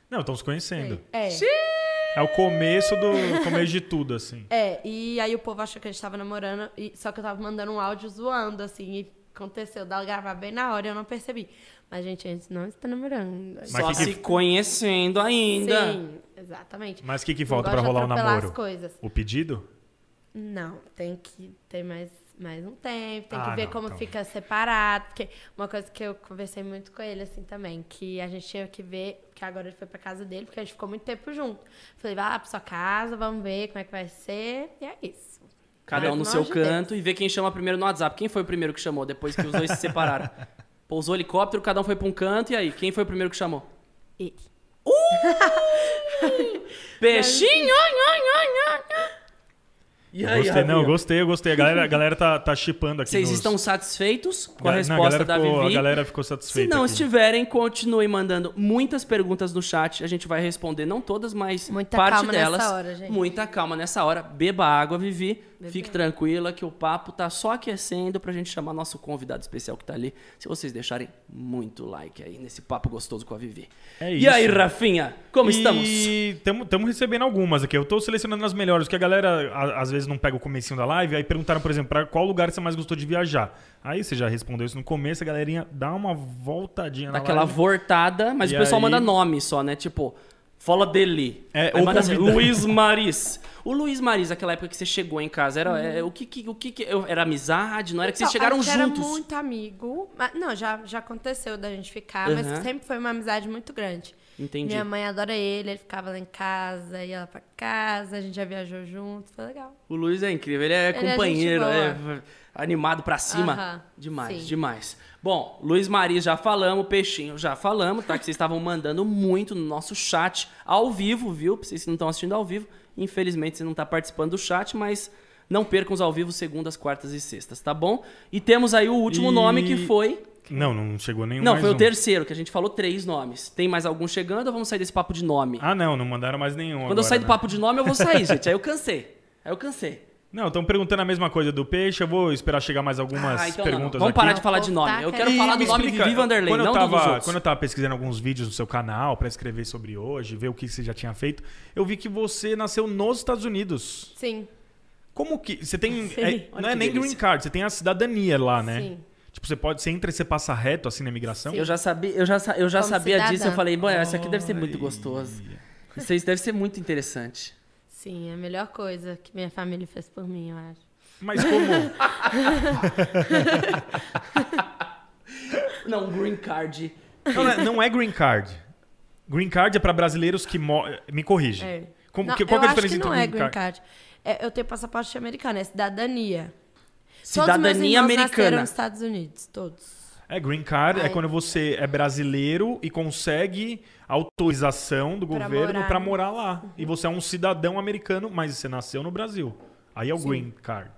B: Não, estão se conhecendo.
C: É.
B: É o começo do começo de tudo, assim.
C: É, e aí o povo achou que a gente tava namorando, e- só que eu tava mandando um áudio zoando, assim, e aconteceu dela gravar bem na hora e eu não percebi. Mas, gente, a gente não está namorando.
B: Mas
A: Só
B: que que-
A: se conhecendo ainda.
C: Sim, exatamente.
B: Mas o que, que
C: Não
B: falta
C: gosto
B: pra
C: de
B: rolar o
C: atropelar
B: namoro?
C: As coisas.
B: O pedido?
C: Não, tem que ter mais, mais um tempo, tem
B: Ah,
C: que ver
B: não,
C: como
B: então.
C: fica separado. Porque uma coisa que eu conversei muito com ele, assim, também, que a gente tinha que ver, que agora ele foi pra casa dele, porque a gente ficou muito tempo junto. Falei, vai lá pra sua casa, vamos ver como é que vai ser, e é isso.
A: Cada
C: Mas,
A: um no
C: pelo
A: seu
C: amor de Deus.
A: canto e ver quem chama primeiro no WhatsApp. Quem foi o primeiro que chamou depois que os dois se separaram? Pousou o helicóptero, cada um foi pra um canto. E aí, quem foi o primeiro que chamou?
C: E...
A: Peixinho! E aí,
B: gostei, não,
A: Rafinha?
B: gostei, eu gostei. A galera, a galera tá, tá chipando aqui.
A: Vocês
B: nos-
A: estão satisfeitos com
B: Ga-
A: a
B: não,
A: resposta
B: galera
A: da
B: ficou,
A: Vivi?
B: A galera ficou
A: Se
B: satisfeita.
A: não
B: aqui.
A: estiverem, continue mandando muitas perguntas no chat. A gente vai responder, não todas, mas
C: Muita
A: parte
C: calma
A: delas.
C: nessa hora, gente.
A: Muita calma nessa hora. Beba água, Vivi. Fique tranquila que o papo tá só aquecendo pra gente chamar nosso convidado especial que tá ali. Se vocês deixarem muito like aí nesse papo gostoso com a Vivi.
B: É
A: e
B: isso.
A: aí, Rafinha, como estamos?
B: E estamos recebendo algumas aqui. Eu tô selecionando as melhores, porque a galera a- às vezes não pega o comecinho da live. Aí perguntaram, por exemplo, pra qual lugar você mais gostou de viajar. Aí você já respondeu isso no começo, a galerinha dá uma voltadinha na
A: Daquela
B: live.
A: voltada, mas
B: E
A: o pessoal
B: aí-
A: manda nome só, né? Tipo, fala dele.
B: É,
A: Aí
B: ou
A: manda assim,
B: convida.
A: Luiz Maris. O Luiz Maris, aquela época que você chegou em casa, era é, o que que- o que que- eu- era amizade? Não era que vocês
C: Então,
A: chegaram
C: a gente
A: juntos?
C: era muito amigo. mas- não, já, já aconteceu da gente ficar,
A: Aham.
C: mas sempre foi uma amizade muito grande.
A: Entendi.
C: Minha mãe adora ele, ele ficava lá em casa, ia lá pra casa, a gente já viajou junto, foi legal.
A: O Luiz é incrível, ele é
C: Ele é
A: companheiro,
C: gente
A: é, animado pra cima.
C: Aham,
A: demais,
C: sim.
A: demais. Bom, Luiz Maris já falamos, Peixinho já falamos, tá? Que vocês estavam mandando muito no nosso chat ao vivo, viu? Pra vocês que não estão assistindo ao vivo, infelizmente você não tá participando do chat, mas não percam os ao vivo segundas, quartas e sextas, tá bom? E temos aí o último
B: E-
A: nome que foi...
B: Não, não chegou nenhum.
A: não,
B: mais
A: foi
B: um.
A: o terceiro, que a gente falou três nomes. Tem mais algum chegando ou vamos sair desse papo de nome?
B: Ah, não, não mandaram mais
A: Quando
B: nenhum.
A: eu
B: Ah, agora,
A: sair do
B: né?
A: papo de nome, eu vou sair, gente. Aí eu cansei. Aí eu cansei.
B: Não, estão perguntando a mesma coisa do peixe. Eu vou esperar chegar mais algumas
A: Ah, então não.
B: perguntas
A: Vamos
B: aqui.
A: parar
C: Não,
A: de falar de nome.
C: tá,
A: Eu
C: cara.
A: quero
B: E
A: falar
B: me
A: do nome
B: explica,
A: Vivi Vanderlei,
B: quando eu
A: não
B: tava,
A: do dos outros.
B: Quando eu tava pesquisando alguns vídeos no seu canal pra escrever sobre hoje, ver o que você já tinha feito, eu vi que você nasceu nos Estados Unidos.
C: Sim,
B: Como que... Você tem...
C: Ah, Sim,
B: é-
A: olha
B: não é
A: que
B: nem
A: delícia.
B: green card, você tem a cidadania lá, né?
C: sim.
B: Tipo, você pode... Você entra e você passa reto, assim, na imigração?
A: Eu já sabia, eu já, sa- eu já
C: Como
A: sabia
C: cidadã.
A: disso. Eu falei, mano, essa aqui deve ser muito gostosa. Isso aí deve ser muito interessante.
C: Sim, é a melhor coisa que minha família fez por mim, eu acho.
B: Mas como...
A: Não, green card.
B: não, não é, não é green card. Green card é pra brasileiros que... Mo... Me corrige.
C: É.
B: Como,
C: Não,
B: que, qual
C: eu
B: que é a
C: acho
B: diferença
C: que
B: entre
C: não
B: green
C: é green
B: card?
C: card. É, eu tenho passaporte americano, é cidadania. Todos meus
A: Cidadania
C: irmãos nasceram
A: americana.
C: nos Estados Unidos, todos.
B: É, green card é
C: Ai.
B: quando você é brasileiro e consegue autorização do
C: Pra
B: governo
C: morar
B: pra
C: no- Uhum.
B: morar lá. E você é um cidadão americano, mas você nasceu no Brasil. Aí é o green card.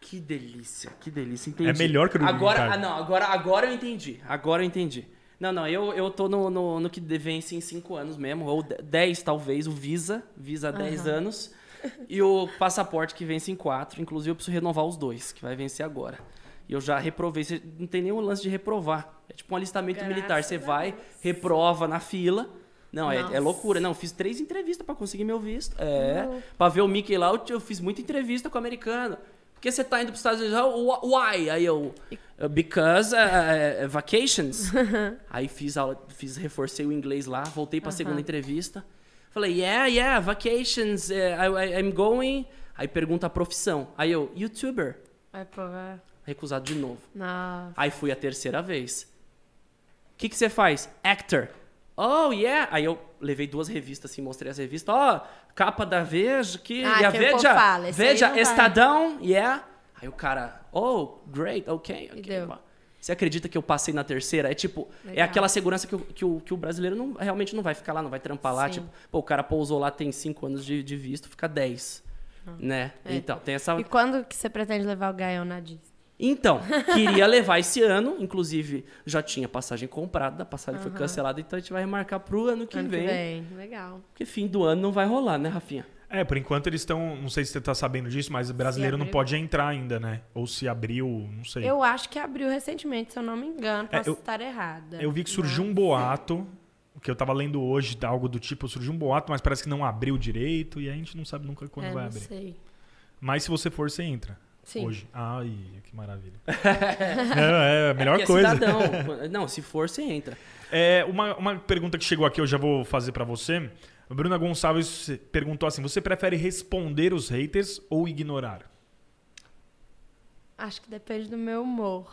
A: Que delícia, que delícia, entendi.
B: É melhor que o green
A: agora,
B: card.
A: Ah, não, agora, agora eu entendi. Agora eu entendi. Não, não, eu, eu tô no, no, no que vence em 5 anos mesmo, ou 10 talvez, o Visa, Visa há 10 anos, e o passaporte que vence em 4, inclusive eu preciso renovar os dois, que vai vencer agora. E eu já reprovei, você não tem nenhum lance de reprovar. É tipo um alistamento
C: Graças
A: militar, você
C: a
A: vai, reprova na fila. Não, é, é
C: Nossa.
A: loucura. Não, eu fiz três entrevistas pra conseguir meu visto. É. Pra ver o Mickey lá, eu, t- eu fiz muita entrevista com o americano. Por que você tá indo pros Estados Unidos? "Oh, wh- Why? Aí eu. "Uh, Because uh, uh, uh, vacations. Aí fiz aula, fiz, reforcei o inglês lá, voltei pra segunda entrevista. Falei, yeah, yeah, vacations, uh, I, I- I'm going. Aí pergunta a profissão. Aí eu, youtuber.
C: Vai provar.
A: Recusado de novo.
C: Nossa.
A: Aí fui a terceira vez. O que que você faz? Actor. Oh, yeah. Aí eu levei duas revistas assim, mostrei as revistas. Ó, capa da Veja, que...
C: Ah,
A: e a
C: que o povo
A: Veja,
C: fala, esse aí não
A: Veja,
C: vai.
A: Estadão, yeah. Aí o cara, oh, great, ok, ok.
C: deu.
A: pá. Você acredita que eu passei na terceira? É tipo, é
C: Legal.
A: aquela segurança que o, que o, que o brasileiro não, realmente não vai ficar lá, não vai trampar lá.
C: Sim.
A: Tipo, pô, o cara pousou lá, tem cinco anos de, de visto, fica 10. Né?
C: É.
A: Então, tem essa.
C: E quando que você pretende levar o Gael na Disney?
A: Então, queria levar esse ano, inclusive já tinha passagem comprada, a passagem foi cancelada, então a gente vai remarcar pro ano que,
C: Ano
A: vem,
C: que vem. Legal.
A: Porque fim do ano não vai rolar, né, Rafinha?
B: É, por enquanto eles estão. Não sei se você tá sabendo disso, mas o brasileiro não
C: abriu.
B: pode entrar ainda, né? Ou se abriu, não sei.
C: Eu acho que abriu recentemente, se eu não me engano.
B: É,
C: Posso
B: eu-
C: estar errada. Né?
B: Eu vi que surgiu um boato, que eu tava lendo hoje, algo do tipo, surgiu um boato, mas parece que não abriu direito, e a gente não sabe nunca quando
C: é,
B: vai
C: não
B: abrir.
C: sei.
B: Mas se você for, você entra.
C: Sim.
B: Hoje. Ai, que maravilha. é, é a melhor
A: Porque é
B: coisa.
A: cidadão. Não, se for, você entra.
B: É, uma, uma pergunta que chegou aqui, eu já vou fazer pra você. A Bruna Gonçalves perguntou assim: você prefere responder os haters ou ignorar?
C: Acho que depende do meu humor.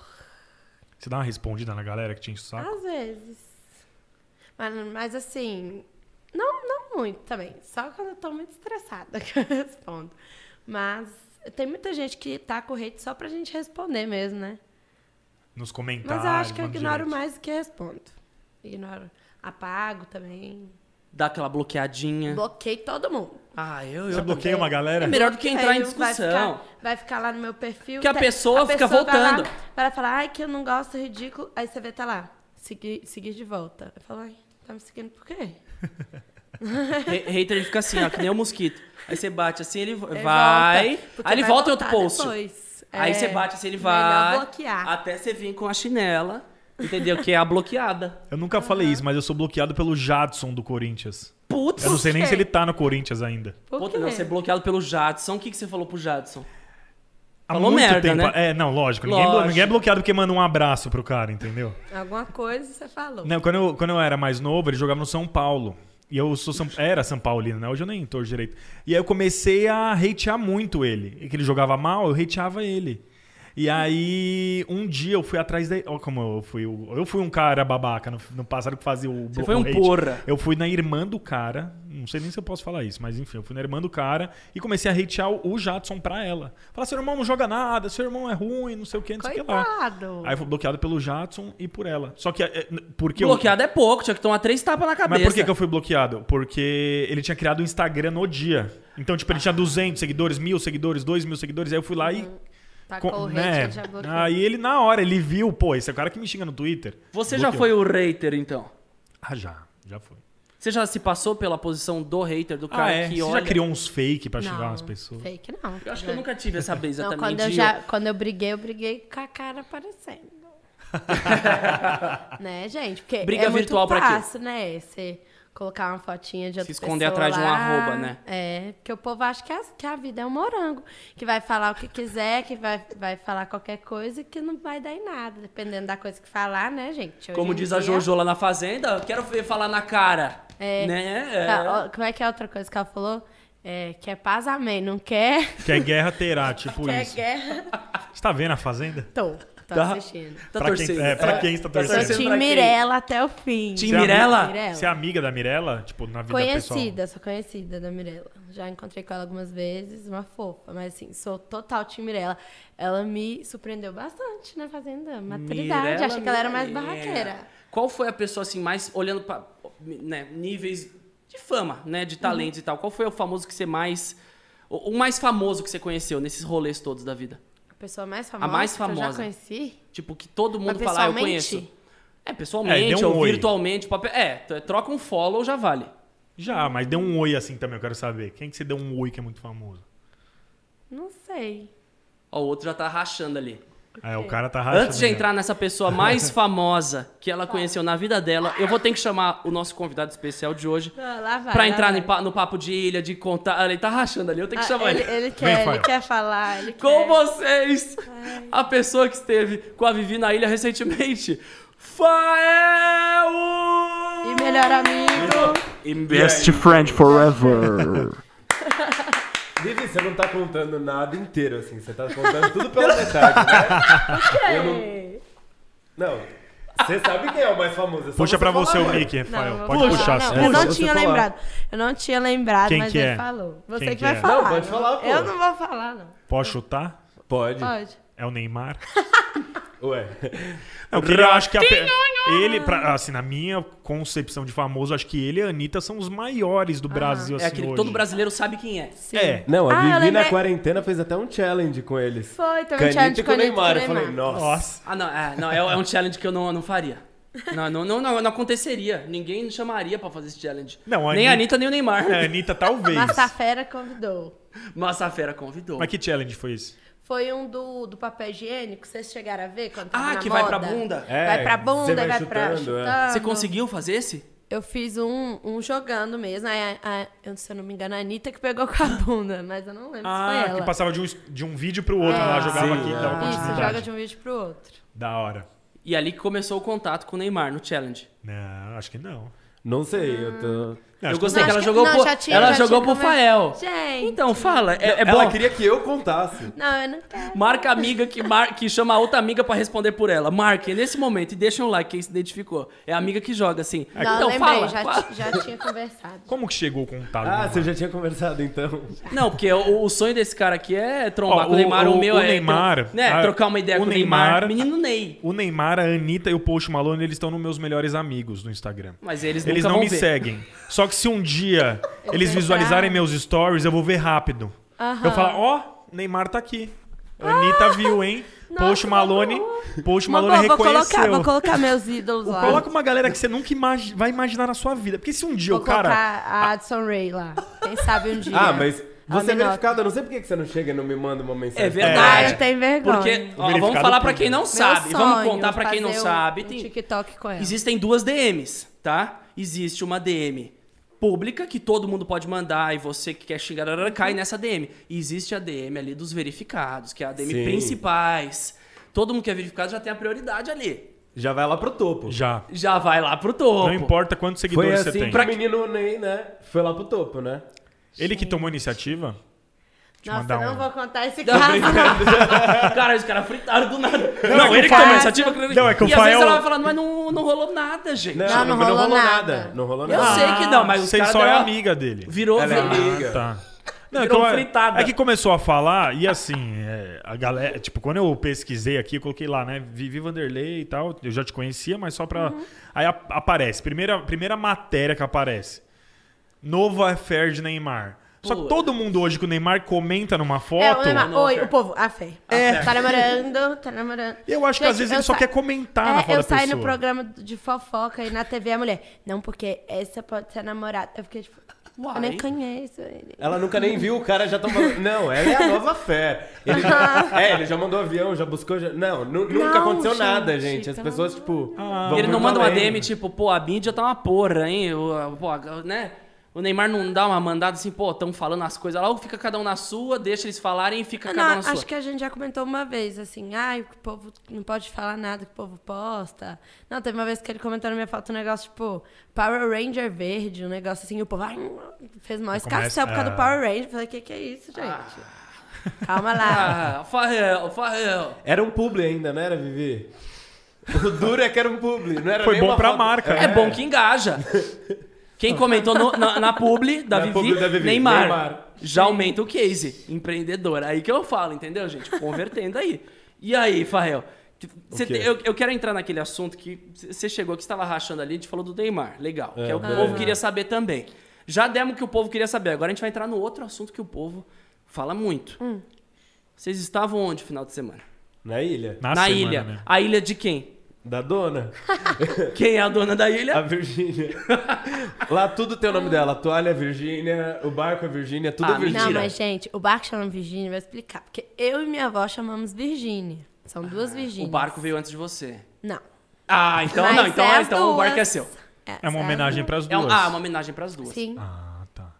B: Você dá uma respondida na galera que te enche o saco?
C: Às vezes. Mas, mas assim, não, não muito também. Só quando eu tô muito estressada que eu respondo. Mas tem muita gente que tá com hate só pra gente responder mesmo, né?
B: Nos
C: Mas
B: comentários.
C: eu acho que eu
B: Tá, manda
C: ignoro
B: direto.
C: mais do que respondo. Ignoro. Apago também.
A: Dá aquela bloqueadinha.
C: Bloqueio todo mundo.
A: Ah, eu,
B: Você
A: eu.
B: bloqueia uma galera?
A: É melhor do que entrar em
C: Aí vai
A: discussão.
C: ficar- Vai ficar lá no meu perfil.
A: Que a
C: tá-
A: pessoa fica
C: vai lá,
A: voltando.
C: Vai lá falar, ai, que eu não gosto, ridículo. Aí você vê, tá lá, seguir, seguir de volta. Eu falo, ai, tá me seguindo por quê?
A: Ha- Hater ele fica assim, ó, que nem o mosquito. Aí você bate assim, ele
C: Ele
A: vai.
C: volta, porque
A: aí ele
C: vai
A: volta em outro
C: voltar
A: post.
C: depois.
A: Aí
C: É,
A: você bate assim, ele vai.
C: melhor bloquear.
A: Até você vir com a chinela. Entendeu? Que é a bloqueada.
B: Eu nunca falei isso, mas eu sou bloqueado pelo Jadson do Corinthians.
A: Putz,
B: Eu não sei nem
C: quê?
B: se ele tá no Corinthians ainda.
C: Por
A: Puta,
C: quê?
A: não, você é bloqueado pelo Jadson. O que, que você falou pro Jadson?
B: Há
A: Falou
B: muito
A: merda,
B: tempo.
A: né?
B: É, não, lógico. Ninguém,
A: Lógico.
B: ninguém é bloqueado porque manda um abraço pro cara, entendeu?
C: Alguma coisa você falou.
B: Não, quando eu, quando eu era mais novo, ele jogava no São Paulo. E eu sou São, era São Paulino, né? Hoje eu nem torço direito. E aí eu comecei a hatear muito ele. E que ele jogava mal, eu hateava ele. E aí, um dia eu fui atrás dele. Olha como eu fui. o- Eu fui um cara babaca no, no passado que fazia o
A: Você
B: o
A: foi um
B: hate.
A: porra.
B: Eu fui na irmã do cara. Não sei nem se eu posso falar isso, mas enfim, eu fui na irmã do cara e comecei a hatear o Jadson pra ela. Falar, seu irmão não joga nada, seu irmão é ruim, não sei o que, não sei o que lá.
C: Coitado.
B: Aí eu fui bloqueado pelo Jadson e por ela. Só que. é, n- Porque eu-
A: bloqueado é pouco, tinha que tomar três tapas na cabeça.
B: Mas por que, que eu fui bloqueado? Porque ele tinha criado o Instagram no dia. Então, tipo, ele tinha 200 seguidores, mil seguidores, dois mil seguidores. Aí eu fui lá e.
C: Uhum. Tacou
B: com-
C: Tá o hate,
B: né?
C: ele já bloqueou.
B: Aí ele, na hora, ele viu, pô, esse é o cara que me xinga no Twitter.
A: Você já
B: Bloqueou.
A: foi o Reiter, então?
B: Ah, já. Já foi.
A: Você já se passou pela posição do hater, do cara
B: Ah, é?
A: que
B: Você
A: olha...
B: já criou um- uns fake pra xingar
C: Não,
B: umas pessoas?
C: Fake não.
A: Eu acho que eu nunca tive essa brisa
C: Não,
A: também
C: quando eu,
A: de-
C: já, quando eu briguei, eu briguei com a cara aparecendo. né, gente? Porque
A: Briga
C: é
A: virtual pra
C: muito
A: quê?
C: fácil, né? Você colocar uma fotinha de outra
A: esconder
C: pessoa
A: atrás de um
C: lá.
A: arroba, né?
C: É, porque o povo acha que a, que a vida é um morango. Que vai falar o que quiser, que vai, vai falar qualquer coisa e que não vai dar em nada. Dependendo da coisa que falar, né, gente? Hoje
A: Como
C: em
A: diz a
C: dia-
A: Jojo lá na Fazenda, eu quero ver falar na cara.
C: É.
A: Né? É.
C: Tá, ó, Como é que é outra coisa que ela falou? É, quer paz, amém. Não quer?
B: Quer é guerra, terá, tipo
C: quer
B: isso.
C: é guerra?
B: Você tá vendo a Fazenda?
C: Tô. Tô
A: Tá.
C: assistindo.
A: Tá
B: pra quem-
A: torcendo.
B: é, pra quem está torcendo?
C: Eu
B: Torcendo
C: sou
A: pra
C: Tim
A: quem?
C: Mirella até o fim.
A: Tim
B: Você é
A: Mirella?
B: amiga- Você é amiga da Mirella? Tipo, na vida pessoal?
C: Conhecida, sou conhecida da Mirella. Já encontrei com ela algumas vezes, uma fofa, mas assim, sou total Tim Mirella. Ela me surpreendeu bastante na Fazenda. Maturidade.
A: Mirella
C: Achei que ela era mais
A: Mirella.
C: barraqueira.
A: Qual foi a pessoa, assim, mais olhando pra né, níveis de fama, né? De talentos e tal. Qual foi o famoso que você mais. O o mais famoso que você conheceu nesses rolês todos da vida?
C: A pessoa mais famosa,
A: mais
C: que eu
A: famosa.
C: já conheci.
A: Tipo, que todo mundo
C: Mas
A: fala, ah, eu
C: pessoalmente?
A: conheço. É, pessoalmente,
B: É, deu um
A: ou
B: oi.
A: virtualmente. Papel... É, t- troca um follow, já vale.
B: Já, mas deu um oi assim também, eu quero saber. Quem que você deu um oi que é muito famoso?
C: Não sei.
A: Ó, o outro já tá rachando ali.
B: É, o cara tá rachando.
A: Antes de entrar nessa pessoa mais famosa que ela conheceu na vida dela, eu vou ter que chamar o nosso convidado especial de hoje
C: Ah, lá vai.
A: pra
C: lá
A: entrar
C: vai.
A: no, pa- no papo de ilha, de contar. Ele tá rachando ali, eu tenho que
C: Ah,
A: chamar
C: ele,
A: ele.
C: ele
B: Vem,
C: quer, ele
B: Fael.
C: quer falar. Ele
A: Com
C: quer.
A: vocês, a pessoa que esteve com a Vivi na ilha recentemente, Fael! assim?
C: E melhor amigo.
A: E
D: Best friend forever.
E: Vivi, você não tá contando nada inteiro, assim. Você tá contando tudo pela metade, né? Eu não... não. Você sabe quem é o mais famoso. é só
B: Puxa pra você
E: falar
B: o
E: agora.
B: mic, Rafael.
C: eu vou
B: Pode
C: falar.
B: puxar.
C: Não,
B: você
C: eu
B: puxa.
C: não
E: Você
C: tinha
E: falar.
C: lembrado. Eu não tinha lembrado,
B: Quem
C: mas
B: que
C: ele
B: é?
C: falou. Você
B: Quem
C: que,
B: que é?
C: vai falar.
E: Não, pode falar, pô.
C: Eu não vou falar, não.
B: Pode chutar?
E: Pode.
C: Pode.
B: É o Neymar?
E: Ué.
B: Não, porque eu acho que a pe- ele, pra- assim, na minha concepção de famoso, acho que ele e a Anitta são os maiores do Brasil, assim,
A: É aquele que
B: hoje.
A: todo brasileiro sabe quem é.
C: Sim.
B: É.
E: Não, a
C: Ah, eu
E: Vivi na
C: lembrei-
E: quarentena fez até um challenge com eles.
C: Foi, também tinha
E: Canita
C: de
E: com o
C: Canito
E: Neymar.
C: com
E: Eu falei, nossa.
B: Nossa.
A: Ah, não, é, não, é, é um challenge que eu não, não faria. Não, não, não, não, não aconteceria. Ninguém me chamaria pra fazer esse challenge.
B: Não, a
A: nem a
B: Anitta-
A: Anitta, nem o Neymar.
B: É, A Anitta talvez.
C: Mas tá a fera convidou.
A: Mas a fera convidou.
B: Mas que challenge foi esse?
C: Foi um do, do papel higiênico, vocês chegaram a ver quando tava
A: Ah,
C: na
A: que vai
C: moda?
A: pra bunda.
E: É,
C: vai pra
E: você
C: bunda, vai,
E: vai
C: pra
E: chutando, é.
C: chutando.
A: Você conseguiu fazer esse?
C: Eu fiz um, um jogando mesmo. aí a- a- eu, se eu não me engano, a Anitta que pegou com a bunda, mas eu não lembro se
B: Ah,
C: foi ela.
B: que passava de um, de um vídeo pro outro,
C: É.
B: ela jogava
E: Sim,
B: aqui e
E: é.
B: dava
C: Isso,
B: continuidade.
C: joga de um vídeo pro outro.
B: Da hora.
A: E ali que começou o contato com o Neymar no challenge.
B: Não, acho que não.
E: Não sei, eu tô...
B: Não,
A: eu
B: acho que-
A: gostei
C: Não,
A: que ela
C: acho que-
A: jogou
C: não,
A: pro,
C: já tinha-
A: ela
C: já tinha
A: jogou pro
C: começado.
A: Fael.
C: Gente.
A: Então fala, é, é
E: Ela
A: bom.
E: queria que eu contasse.
C: Não, eu não quero.
A: Marca a amiga que, mar... que chama a outra amiga pra responder por ela. Marquem nesse momento e deixem um like quem se identificou. É a amiga que joga assim.
C: não,
A: então
C: lembrei,
A: fala.
C: já,
A: fala.
C: ti- já tinha conversado.
B: Como que chegou o contato?
E: Ah,
B: do
E: você
B: Neymar?
E: já tinha conversado então.
A: Não, porque o, o sonho desse cara aqui é trombar
B: Ó,
A: com o
B: o-
A: Neymar, o,
B: o-
A: meu
B: o
A: é
B: Neymar-
A: né,
B: a-
A: trocar uma ideia
B: o
A: com o Neymar.
B: Neymar-
A: Menino Ney.
B: O Neymar, a Anitta e o Post Malone, eles estão nos meus melhores amigos no Instagram.
A: Mas eles,
B: Eles
A: nunca
B: não
A: vão
B: me
A: ver.
B: seguem. Só que se um dia eles
C: vou
B: visualizarem
C: entrar.
B: meus stories, eu vou ver rápido.
C: Aham. Ah!
B: Eu falo, ó, Neymar tá aqui. Anitta viu, hein?
C: Nossa,
B: Post Malone. Post
C: Uma
B: Malone
C: boa, vou
B: reconheceu.
C: colocar, vou colocar meus ídolos lá.
B: Coloca uma galera que você nunca imagi- vai imaginar na sua vida. Porque se um dia
C: Vou
B: o cara.
C: colocar a Addison Ray lá. Quem sabe um dia.
E: Ah, mas você é
C: Aminota.
E: verificado. Eu não sei por que que você não chega e não me manda uma mensagem.
A: É
C: Ah,
A: verdade.
C: eu tenho vergonha.
A: Porque, ó,
B: Verificado
A: vamos falar pra
B: público.
A: quem não
C: Meu
A: sabe. Vamos
C: sonho,
A: contar pra quem não
C: fazer um-
A: sabe.
C: um
A: Tem-
C: TikTok com ela.
A: É. Existem duas DMs, tá? Existe uma DM pública que todo mundo pode mandar e você que quer xingar arara, cai nessa DM. E existe a DM ali dos verificados, que é a DM
E: Sim.
A: principais. Todo mundo que é verificado já tem a prioridade ali.
E: Já vai lá pro topo.
B: Já.
A: Já vai lá pro topo.
B: Não importa quantos
E: Foi
B: seguidores
E: assim
B: você tem.
E: que o menino Ney, né? Foi lá pro topo, né?
B: Ele que tomou a iniciativa? Deixa eu
C: Nossa,
B: mandar
C: não
B: um.
C: vou contar esse caso.
A: Cara, os caras fritaram do nada. Não,
B: é que
A: ele
B: o
A: que
B: Fael-
A: tomou a iniciativa. que-
B: Não, é que o
A: e às vezes
B: Fael-
A: ela vai falando, mas não, não rolou nada, gente.
E: Não,
C: não
E: mas
C: rolou
E: nada.
C: nada.
E: Não rolou
A: Eu
E: nada.
A: sei que não, mas os
B: Você
A: caras
B: só
A: deu
B: é
A: uma-
B: amiga dele.
A: Virou
E: Ela é
A: virou.
E: amiga.
B: Tá. Não, é, que
A: Virou
B: eu-
A: fritada.
B: é que começou a falar, e assim, é, a galera. Tipo, quando eu pesquisei aqui, eu coloquei lá, né? Vivi Vanderlei e tal. Eu já te conhecia, mas só pra.
A: Uhum.
B: Aí a- aparece. Primeira, primeira matéria que aparece: Novo affair de Neymar. Só que todo mundo hoje que o Neymar comenta numa
C: É, o
B: foto.
C: Neymar.
A: Não,
C: Oi,
A: Fer.
C: o povo, a fé.
B: É.
C: Tá namorando, tá namorando.
B: Eu acho que
C: Gente,
B: às vezes
C: eu
B: ele só
C: sa-
B: quer comentar na
C: É,
B: foto
C: eu
B: da pessoa.
C: saí no programa de fofoca e na TV a mulher. Não, porque essa pode ser a namorada. Eu fiquei tipo,
A: Uai.
C: eu nem conheço ele.
E: Ela nunca nem viu o cara, já tão falando. Não, ela é a nova fé. Ele já, é, ele já mandou avião, já buscou. já- Não, nu- nunca
C: Não,
E: aconteceu
C: gente,
E: nada, gente. As
C: pelo
E: pessoas, tipo.
B: Ah.
E: vão
A: Ele não
E: muito
A: manda uma
E: além.
A: DM tipo, pô, a mídia tá uma porra, hein? O, pô, a- né? O Neymar não dá uma mandada assim, pô, tão falando as coisas lá, ou fica cada um na sua, deixa eles falarem e fica cada um
C: Ah, Não,
A: na sua.
C: acho que a gente já comentou uma vez, assim, ai, o povo não pode falar nada que o povo posta. Não, teve uma vez que ele comentou na minha foto um negócio, tipo, Power Ranger verde, um negócio assim, e o povo ai, fez mal escarcel por causa
B: ah.
C: do Power Ranger. Eu falei, o que, que é isso, gente? Calma lá.
A: Ah, Farrell, Farrell.
E: Era um publi ainda, não era, Vivi? O duro é que era um publi, não era
B: Foi
E: nem
B: bom
E: uma
B: pra
E: foto.
B: marca,
A: É bom que engaja. Quem comentou no- na, na publi da
E: Na
A: Vivi,
E: publi da Vivi,
A: Neymar,
E: Neymar.
A: já aumenta o case. Empreendedor. Aí que eu falo, entendeu, gente? Convertendo aí. E aí, Farrell? Cê
E: quê?
A: tem- eu, eu quero entrar naquele assunto que você chegou que estava rachando ali, a gente falou do Neymar, legal, que é o que o povo queria saber também. Já demos o que o povo queria saber, agora a gente vai entrar no outro assunto que o povo fala muito. Vocês estavam onde no final de semana?
E: Na ilha.
B: Na,
A: Na
B: semana,
A: ilha.
B: né?
A: A ilha de quem?
E: Da dona.
A: Quem é a dona da ilha?
E: A Virgínia. Lá tudo tem o nome dela. A toalha é Virgínia, o barco é Virgínia, tudo
A: Ah,
E: é
A: mentira.
E: Virgínia.
C: Não, mas, gente, o barco chama Virgínia, vou explicar. Porque eu e minha avó chamamos Virgínia. São
E: Ah,
C: duas
A: o
C: Virgínias.
A: barco veio antes de você.
C: Não.
A: Ah, então
C: Mas
A: não, então,
C: é as
A: então o barco é
C: duas.
A: seu.
B: É uma
C: são as
B: homenagem
C: duas.
B: pras
A: É um-
B: duas.
A: ah, uma homenagem pras duas.
C: Sim.
B: Ah, tá.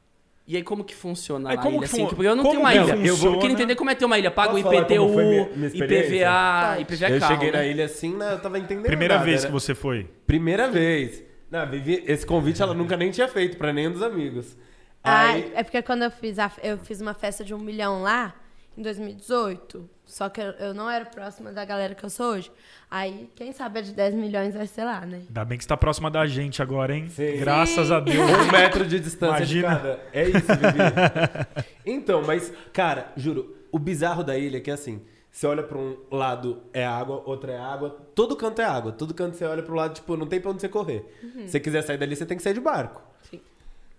A: E aí como que funciona
B: Aí
A: a
B: como
A: ilha
B: que
A: assim?
B: fun-
A: Porque eu não
B: como
A: tenho uma
B: que
A: ilha.
B: funciona?
A: Eu queria entender como é ter uma ilha. Paga o
E: Posso falar
A: IPTU,
E: como foi minha- minha
A: IPVA,
E: experiência?
A: IPVA
C: é
E: eu
A: carro.
E: cheguei na
A: né?
E: ilha assim, não, eu tava entendendo.
B: Primeira
E: nada,
B: vez
E: né?
B: que você foi.
E: Primeira vez. Não, Vivi, esse convite ela nunca nem tinha feito pra nenhum dos amigos.
C: Ah,
E: Aí,
C: é porque quando eu fiz, a, eu fiz uma festa de um milhão lá, em 2018, só que eu, eu não era próxima da galera que eu sou hoje. Aí, quem sabe a de 10 milhões vai ser lá, né?
B: Ainda bem que você tá próxima da gente agora, hein?
E: Sim.
B: Graças a Deus.
E: um metro de distância
B: Imagina.
E: de cada. É isso, Vivi. então, mas, cara, juro, o bizarro da ilha é que assim, você olha pra um lado é água, outro é água, todo canto é água, todo canto você olha pro lado, tipo, não tem pra onde você correr. Se você quiser sair dali, você tem que sair de barco.
C: Sim.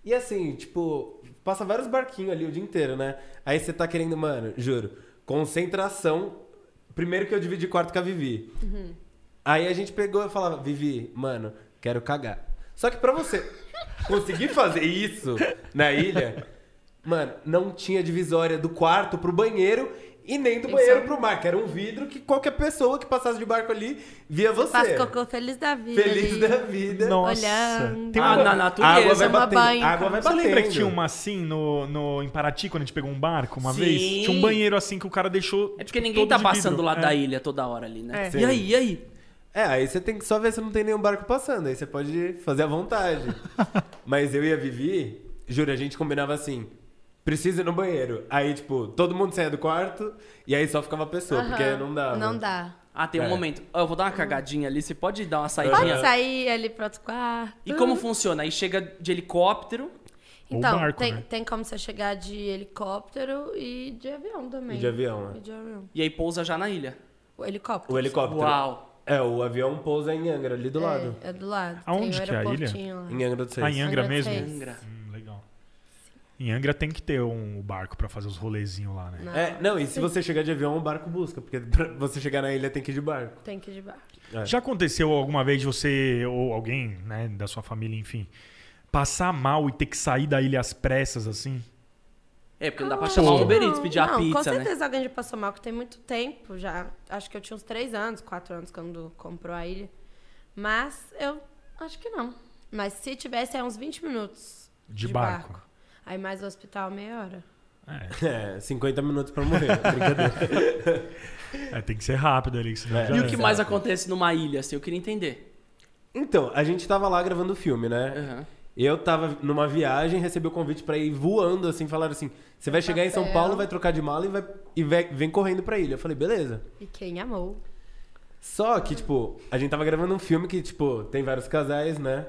E: E assim, tipo, passa vários barquinhos ali o dia inteiro, né? Aí você tá querendo, mano, juro, concentração. Primeiro que eu dividi quarto com a Vivi. Aí a gente pegou e falava, Vivi, mano, quero cagar. Só que pra você conseguir fazer isso na ilha, mano, não tinha divisória do quarto pro banheiro e nem do
C: é
E: banheiro pro mar, que era um vidro que qualquer pessoa que passasse de barco ali via você.
C: Faço cocô feliz da vida.
E: Feliz
C: ali.
E: da vida.
B: Nossa.
C: Olhando.
B: Tem
A: Ah,
B: uma...
A: na natureza,
E: água vai
C: toma
E: batendo,
C: banho,
E: água
C: cara.
E: vai
B: Você
E: batendo.
B: lembra que tinha uma assim no, no, em Paraty, quando a gente pegou um barco uma
A: Sim.
B: vez? Tinha um banheiro assim que o cara deixou.
A: É porque
B: tipo,
A: ninguém
B: todo
A: tá
B: de
A: passando
B: vidro.
A: lá
B: É.
A: da ilha toda hora ali, né?
E: É.
A: E aí, e aí?
E: É, aí você tem que só ver se não tem nenhum barco passando. Aí você pode fazer à vontade. Mas eu e a Vivi, juro, a gente combinava assim. Precisa ir no banheiro. Aí, tipo, todo mundo saia do quarto e aí só ficava a pessoa, porque
C: Aham,
E: não dava.
C: Não dá.
A: Ah, tem um
E: É.
A: momento. Ó, Eu vou dar
C: Uhum.
A: uma cagadinha ali, você pode dar uma
C: Pode
A: saidinha?
C: sair ali pro outro quarto.
A: E como funciona? Aí chega de helicóptero.
B: Ou
C: Então,
B: barco,
C: tem,
B: né?
C: tem como você chegar de helicóptero e de avião também.
E: E de avião, né?
C: E de avião.
A: E aí pousa já na ilha.
C: O helicóptero.
E: O helicóptero.
A: Uau.
E: É, o avião pousa em Angra, ali do lado. Hum.
C: É, é do lado.
B: Aonde
C: tem
B: que é a ilha?
C: um aeroportinho lá.
E: Em Angra do Seis.
B: Ah, em Angra
C: Angra
B: mesmo?
C: fez.
A: Angra.
B: Hum, legal. Em Angra tem que ter um barco pra fazer os rolezinhos lá, né?
E: É, não, e se você chegar de avião, o barco busca, porque pra você chegar na ilha tem que ir de barco.
C: Tem que ir de barco.
B: Já aconteceu alguma vez de você ou alguém, né, da sua família, enfim, passar mal e ter que sair da ilha às pressas, assim?
A: É, porque não dá pra chamar um Uber Eats, pedir
C: Ah, não,
A: a
C: Com
A: pizza, né?
C: certeza alguém já passou mal, que tem muito tempo já. Acho que eu tinha uns três anos, quatro anos quando comprou a ilha. Mas eu acho que não. Mas se tivesse, é uns 20 minutos
B: De, barco.
C: Aí mais o hospital, meia hora.
E: É, 50 minutos pra morrer. brincadeira.
B: É. É, tem que ser rápido ali, senão
E: É.
B: já
A: E
B: é.
A: o que mais acontece numa ilha, assim? Eu queria entender. Uhum.
E: Então, a gente tava lá gravando o filme, né?
A: Aham.
E: Eu tava numa viagem, recebi o convite pra ir voando, assim, falaram assim: você vai chegar em São
C: Papel.
E: Paulo, vai trocar de mala e, vai, e vai- vem correndo pra ilha. Eu falei, beleza.
C: E quem amou?
E: Só que, tipo, a gente tava gravando um filme que, tipo, tem vários casais, né?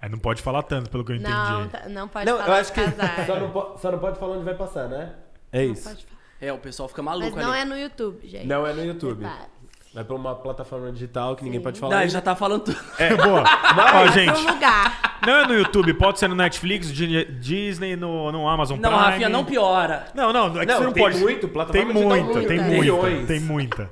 B: É, não pode falar tanto, pelo que eu entendi.
C: Não, tá- não pode
E: não,
C: falar
E: eu acho
C: de
E: que.
C: casais.
E: Só não, po- só não pode falar onde vai passar, né? É
C: Não
E: isso.
C: pode falar.
A: É, o pessoal fica
C: Mas
A: maluco
C: não
A: ali.
C: é no YouTube, gente.
E: Não é no YouTube.
C: Prepare-se.
E: Vai pra uma plataforma digital que ninguém pode falar.
A: Não, ele já tá falando tudo.
B: É, boa. Ó, gente,
C: Outro lugar.
B: não é no YouTube, pode ser no Netflix, Di- Disney, no, no Amazon
A: Não,
B: Prime.
A: Rafinha, não piora.
B: Não, não, é que
E: Não,
B: você não
E: tem
B: pode.
E: muito,
B: tem
E: plataforma digital
B: muita, tem
C: muita.
B: muita,
E: Milhões.
B: tem muita.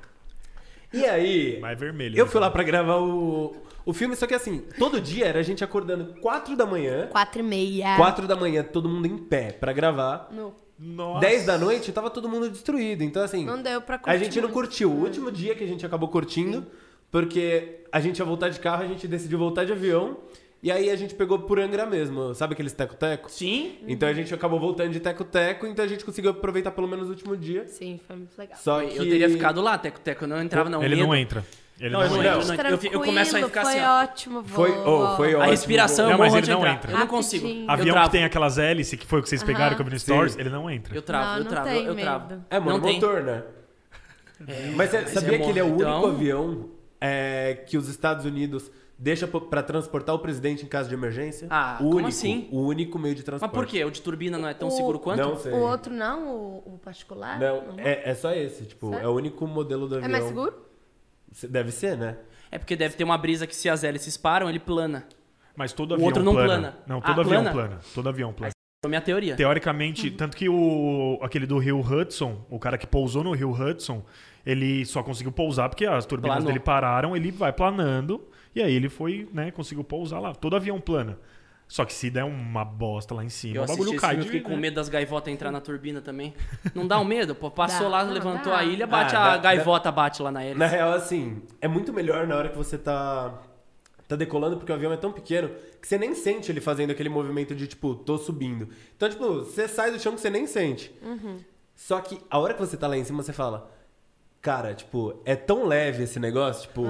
E: E aí,
B: Vai vermelho.
E: eu
B: né?
E: fui lá pra gravar o, o filme, só que assim, todo dia era a gente acordando 4 da manhã.
C: Quatro e meia.
E: 4 da manhã, todo mundo em pé pra gravar.
C: No-
B: Nossa.
E: 10 da noite, tava todo mundo destruído. Então, assim.
C: Não deu pra
E: A
C: curtir
E: gente não
C: muito. É.
E: curtiu. O último dia que a gente acabou curtindo, porque a gente ia voltar de carro, a gente decidiu voltar de avião. E aí a gente pegou por Angra mesmo. Sabe aqueles teco-teco?
A: Sim.
E: Então a gente acabou voltando de teco-teco, então a gente conseguiu aproveitar pelo menos o último dia.
C: Sim, foi muito legal.
E: Só que...
A: Eu teria ficado lá, Teco Teco. Eu não entrava, não.
B: Ele
A: medo.
B: não entra. Ele
A: Não,
B: não,
A: eu não
B: entra.
A: entro. eu fico- eu começo a ficar
C: foi
A: assim, ó.
C: ótimo, voo.
E: Foi, oh, foi
A: A
E: ótimo.
A: respiração
B: Não,
A: eu
B: mas
A: morro
B: ele
A: de
B: não
A: entrar.
B: entra.
A: Eu não
C: Rapidinho.
A: consigo. eu
B: Avião
A: travo.
B: que tem aquelas hélices, que foi o que vocês pegaram que eu vi no Stories, ele não entra.
A: Eu travo,
C: Não,
A: eu
C: não
A: travo,
C: tem
A: eu travo.
C: medo.
E: É, mano,
A: não tem.
E: motor, né? mas você
A: mas
E: sabia
A: é
E: que ele é o único
A: morro, então.
E: avião é, que os Estados Unidos deixa po- pra transportar o presidente em caso de emergência?
A: Ah,
E: o
A: como
E: único,
A: assim?
E: O único meio de
A: Mas
E: transporte.
A: por quê? O de turbina não é tão
C: O-
A: seguro quanto?
E: Não sei.
C: O outro não, o, o particular?
A: Uhum.
E: Não, é, é só esse, tipo,
C: Sério?
E: é o único modelo do
C: É
E: avião.
C: mais seguro?
E: Se- Deve ser, né?
A: É porque deve ter uma brisa que se as hélices param, ele plana.
B: Mas todo
A: O
B: avião
A: outro não
B: plana.
A: plana.
B: Não, todo
A: Ah,
B: avião
A: plana?
B: plana. Todo avião plana.
A: Foi a minha teoria.
B: Teoricamente,
C: Uhum.
B: tanto que o aquele do Rio Hudson, o cara que pousou no Rio Hudson, ele só conseguiu pousar porque as turbinas
A: Planou.
B: dele pararam, ele vai planando e aí ele foi, né, conseguiu pousar lá. Todo avião plana. Só que se der uma bosta lá em cima,
A: Eu
B: o
A: assisti
B: bagulho
A: esse
B: cai
A: filme,
B: de
A: fiquei com
B: né?
A: medo das gaivotas entrar na turbina também. Não dá o medo? Pô, passou
C: Dá.
A: lá,
C: Não,
A: levantou
C: dá.
A: a ilha, bate
E: Ah,
A: a
E: dá-
A: gaivota, bate lá na
E: Na
A: hélice.
E: real, assim, é muito melhor na hora que você tá, tá decolando, porque o avião é tão pequeno que você nem sente ele fazendo aquele movimento de, tipo, tô subindo. Então, tipo, você sai do chão que você nem sente. Só que a hora que você tá lá em cima, você fala. Cara, tipo, é tão leve esse negócio, tipo,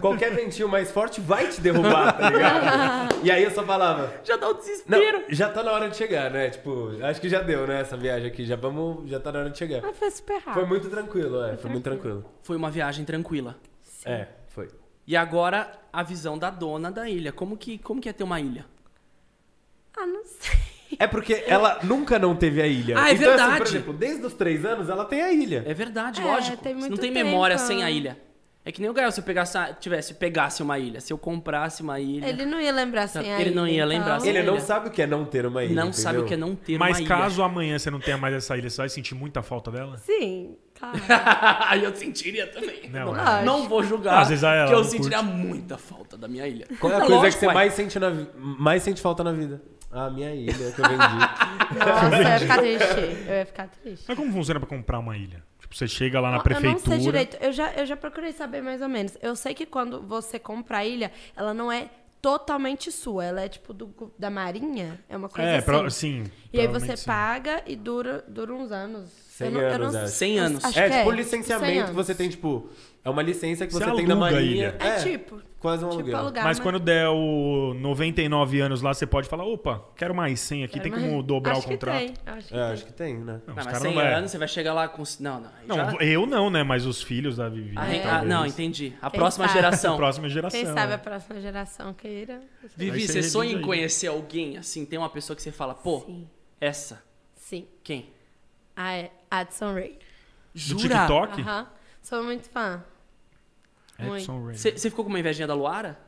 E: qualquer ventinho mais forte vai te derrubar, tá ligado? e aí eu só falava,
A: Já
B: um
A: dá o
E: Não,
A: desespero.
E: já tá na hora de chegar, né? Tipo, acho que já deu, né? Essa viagem aqui. Já vamos. Já tá na hora de chegar.
C: Ah, foi super rápido.
E: Foi muito tranquilo, é. Foi muito tranquilo.
A: Foi uma viagem tranquila.
E: É, foi.
A: E agora, a visão da dona da ilha. Como que, como que é ter uma ilha?
C: Ah, não sei.
E: É porque ela nunca não teve a ilha.
A: Ah, é
E: então, Assim, por
A: verdade.
E: exemplo, desde os três anos ela tem a ilha.
A: É verdade,
C: É,
A: lógico.
C: tem
A: Você não
C: muito
A: tem
C: tempo.
A: memória sem a ilha. É que nem o Gael, se eu pegasse, a- tivesse, pegasse uma ilha, se eu comprasse uma ilha.
C: Ele não ia lembrar sem a
A: Ele não ia
C: ilha,
A: lembrar assim."
C: então.
A: sem
E: Ele não
A: ilha.
E: sabe o que é não ter uma ilha.
A: não
E: entendeu?
A: sabe o que é não ter
B: Mas
A: uma ilha.
B: caso amanhã você não tenha mais essa ilha, você vai sentir muita falta dela?
C: Sim, claro.
A: Aí eu sentiria também.
B: Não,
A: Não,
B: é.
A: não vou julgar.
B: Às vezes ela
A: que eu
B: não
A: sentiria muita falta da minha ilha.
E: Qual é a
A: Não,
E: coisa
A: lógico,
E: que você
A: uai.
E: mais sente, na, vi- mais sente falta na vida? Ah, minha ilha que eu vendi.
C: Nossa, eu ia ficar triste. Eu ia ficar triste.
B: Mas como funciona pra comprar uma ilha? Tipo, você chega lá na
C: Eu
B: prefeitura.
C: não sei direito. Eu já, eu já procurei saber mais ou menos. Eu sei que quando você compra a ilha, ela não é totalmente sua. Ela é tipo do gu- da marinha. É uma coisa
B: É,
C: assim.
B: pro- sim.
C: E aí você
B: provavelmente sim.
C: paga e dura, dura uns anos.
E: Cem
C: eu não, eu
E: anos,
C: não
E: acho.
C: sei.
A: 100 anos.
C: Acho
E: É,
C: que
E: tipo,
C: é, cem
E: licenciamento que
C: anos.
E: você tem, tipo. É uma licença que você,
B: Você
E: tem na
B: aluga a
E: marinha.
B: ilha.
C: É tipo,
E: Quase um
C: tipo
E: aluguel.
C: alugar,
B: Mas quando der o 99 anos lá, você pode falar, opa, quero mais 100 aqui, tem
C: mas-
B: como dobrar
C: acho
B: o contrato?
C: Que tem, acho que
E: É,
C: tem.
E: acho que tem, né?
B: Não,
A: Não,
B: os
A: mas
B: caras não
A: 100
B: vai.
A: anos você vai chegar lá com. Não, não. aí
B: Não,
A: já-
B: eu não, né? Mas os filhos da Vivi.
A: Ah, é, ah,
B: talvez. é
A: não, entendi. A
C: Quem
A: próxima
C: sabe?
A: geração.
B: Próxima geração.
C: Quem sabe a
B: né?
C: próxima geração queira. não sei.
A: Vivi,
B: Aí você
A: você
B: revive
A: sonha em
B: aí.
A: conhecer alguém, assim, tem uma pessoa que você fala, pô,
C: Sim.
A: essa,
C: Sim.
A: quem?
C: Ah, é. Addison Ray.
B: Do
A: Jura?
B: TikTok?
C: Aham. Sou muito fã. Muito.
B: Edson Ray.
A: Você você ficou com uma invejinha da Luara?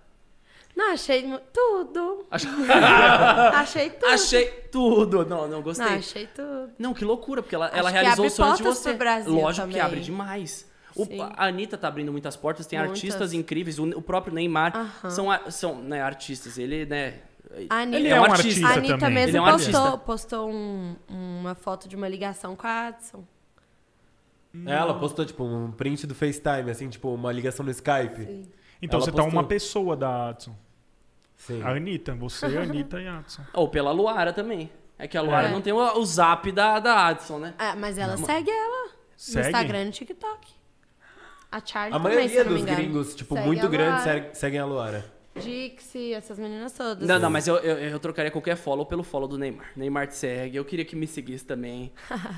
C: Não, achei mu- tudo.
A: Achei,
C: achei tudo.
A: achei tudo. Não, não gostei.
C: Não, achei tudo.
A: Não, que loucura, porque ela, ela
C: que
A: realizou o
C: abre
A: sonho de
C: portas
A: você.
C: pro Brasil
A: Lógico que
C: também.
A: abre demais. O-
C: Sim.
A: a Anitta tá abrindo muitas portas, tem
C: Muitas.
A: artistas incríveis, o, o próprio Neymar
C: Aham.
A: são, a- são né, artistas. Ele, né.
C: A Anitta,
B: Ele é um artista
C: a Anitta
B: também.
A: Ele
C: mesmo
A: é um artista.
C: postou, postou um- uma foto de uma ligação com a Adson.
E: Ela postou, tipo, um print do FaceTime, assim, tipo, uma ligação no Skype. Sim.
B: Então
E: Ela
B: você tá
E: postou.
B: uma pessoa da Adson. A Anitta. Você, a Anitta e a Adson.
A: Ou pela Luara também. É que a Luara
C: É.
A: não tem o, o zap da, da Adson, né?
C: Ah, mas ela segue ela.
B: Segue?
C: No Instagram e no TikTok. A Charlie
E: A
C: também, se
E: maioria
C: eu não me
E: dos
C: engano.
E: gringos, tipo,
C: Segue
E: muito
C: a
E: grandes
C: Luara,
E: se- seguem a Luara.
C: Dixie, essas meninas todas.
A: Não, não, mas eu, eu, eu trocaria qualquer follow pelo follow do Neymar. Neymar te segue, eu queria que me seguisse também.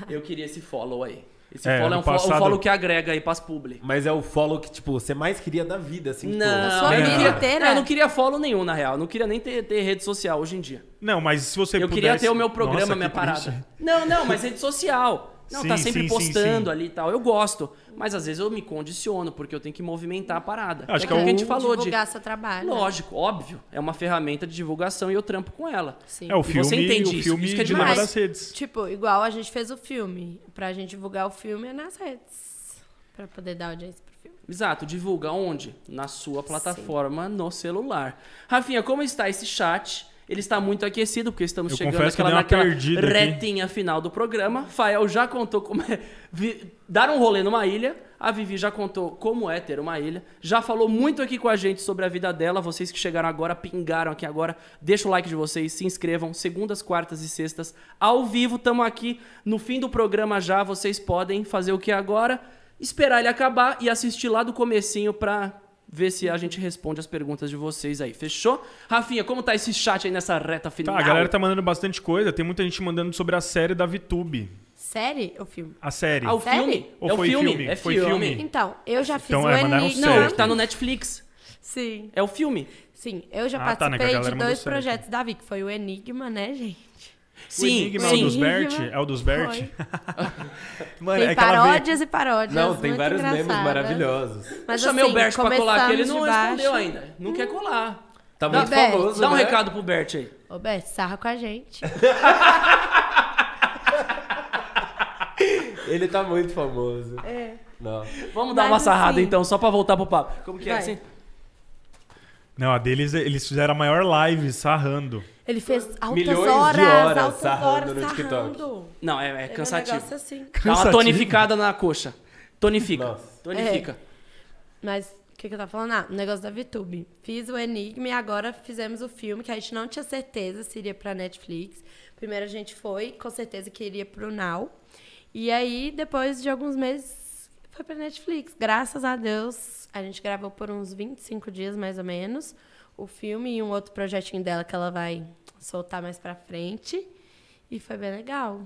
A: Eu queria esse follow aí. Esse
B: É,
A: follow é
B: ano
A: um, fo- um
B: passado-
A: follow que agrega aí pras publi.
E: Mas é o follow que, tipo, você mais queria da vida, assim,
A: Não,
C: Tipo, sua
A: eu
C: vida
A: queria-
C: inteira?
A: não, É, eu não queria follow nenhum, na real. Eu não queria nem ter, ter rede social hoje em dia.
B: Não, mas se você
A: eu
B: pudesse...
A: queria ter o meu programa,
B: Nossa,
A: minha
B: que triste.
A: parada. Não, não, mas rede social. Não,
B: Sim,
A: tá sempre
B: sim, sim,
A: postando
B: sim.
A: ali e tal. Eu gosto. Mas às vezes eu me condiciono, porque eu tenho que movimentar a parada.
B: Acho
A: é
B: que
A: aquilo
B: é
A: que a
B: o-
A: gente falou de.
C: Divulgar seu trabalho. né?
A: Lógico, óbvio. É uma ferramenta de divulgação e eu trampo com ela.
C: Sim.
B: É o
A: E você
B: filme,
A: entende
B: o
A: isso,
B: filme
A: isso que é
B: de Lama
A: demais.
B: das Redes.
C: Tipo, igual a gente fez o filme. Pra gente divulgar o filme é nas redes. Pra poder dar audiência pro filme.
A: Exato, divulga onde? Na sua plataforma, no celular. Rafinha, como está esse chat? Ele está muito aquecido, porque estamos
B: Eu
A: chegando
B: confesso que eu
A: naquela,
B: dei uma
A: naquela
B: perdida aqui.
A: retinha final do programa. Fael já contou como é vi- dar um rolê numa ilha. A Vivi já contou como é ter uma ilha. Já falou muito aqui com a gente sobre a vida dela. Vocês que chegaram agora, pingaram aqui agora. Deixa o like de vocês, se inscrevam. Segundas, quartas e sextas, ao vivo. Estamos aqui no fim do programa já. Vocês podem fazer o que agora? esperar ele acabar e assistir lá do comecinho pra ver se a gente responde as perguntas de vocês aí. Fechou? Rafinha, como tá esse chat aí nessa reta final?
B: Tá, a galera tá mandando bastante coisa. Tem muita gente mandando sobre a série da VTube.
C: Série ou filme?
B: A série.
A: Ah, o
C: Sério?
A: filme?
B: Ou
A: é o
B: foi
A: filme?
B: filme?
A: É
B: Foi
A: filme.
B: filme?
C: Então, eu já fiz
B: Então,
C: o
B: é, mandaram
C: Enigma.
A: Não,
B: Sério?
A: é que tá no Netflix.
C: Sim,
A: É o filme.
C: sim. Eu já
B: Ah, tá, né, que a galera
C: participei de
B: mandou então.
C: dois
B: sério.
C: projetos da Vic. Foi o Enigma, né, gente?
B: O
A: Sim,
B: Enigma é o
A: sim.
B: dos Bert?
C: Enigma.
B: É o dos Bert?
C: Foi.
B: Mano,
C: tem
B: é aquela veia-
C: paródias e paródias.
E: Não, tem
C: muito
E: vários memes
C: engraçadas.
E: maravilhosos.
A: Eu
C: Mas,
A: chamei
C: assim,
A: o Bert pra colar aqui, ele não
C: começamos Hum. de
A: respondeu
C: baixo.
A: ainda. Não quer colar.
E: Tá
A: Dá-
E: muito
C: Bert,
E: famoso,
A: Dá um
E: né?
A: recado pro Bert aí.
C: Ô, Bert, sarra com a gente.
E: Ele tá muito famoso. É. Não.
A: Vamos dar
C: Mas
A: uma sarrada
C: assim-
A: então, só pra voltar pro papo. Como que é
C: Vai.
A: assim?
B: Não, a deles, eles fizeram a maior live sarrando.
C: Ele fez altas
E: Milhões de
C: horas,
E: horas
C: altas
E: sarrando
C: horas,
E: no TikTok.
C: sarrando.
A: Não, é, é
C: Teve um
A: cansativo.
C: negócio assim.
A: Dá uma
B: Cansativo.
A: tonificada na coxa. Tonifica.
E: Nossa.
A: Tonifica.
C: Mas o que, que eu tava falando? Ah, o negócio da VTube. Fiz o Enigma e agora fizemos o filme, que a gente não tinha certeza se iria pra Netflix. Primeiro a gente foi, com certeza que iria pro Now. E aí, depois de alguns meses, foi pra Netflix. Graças a Deus, a gente gravou por uns 25 dias, mais ou menos, o filme e um outro projetinho dela que ela vai soltar mais pra frente. E foi bem legal.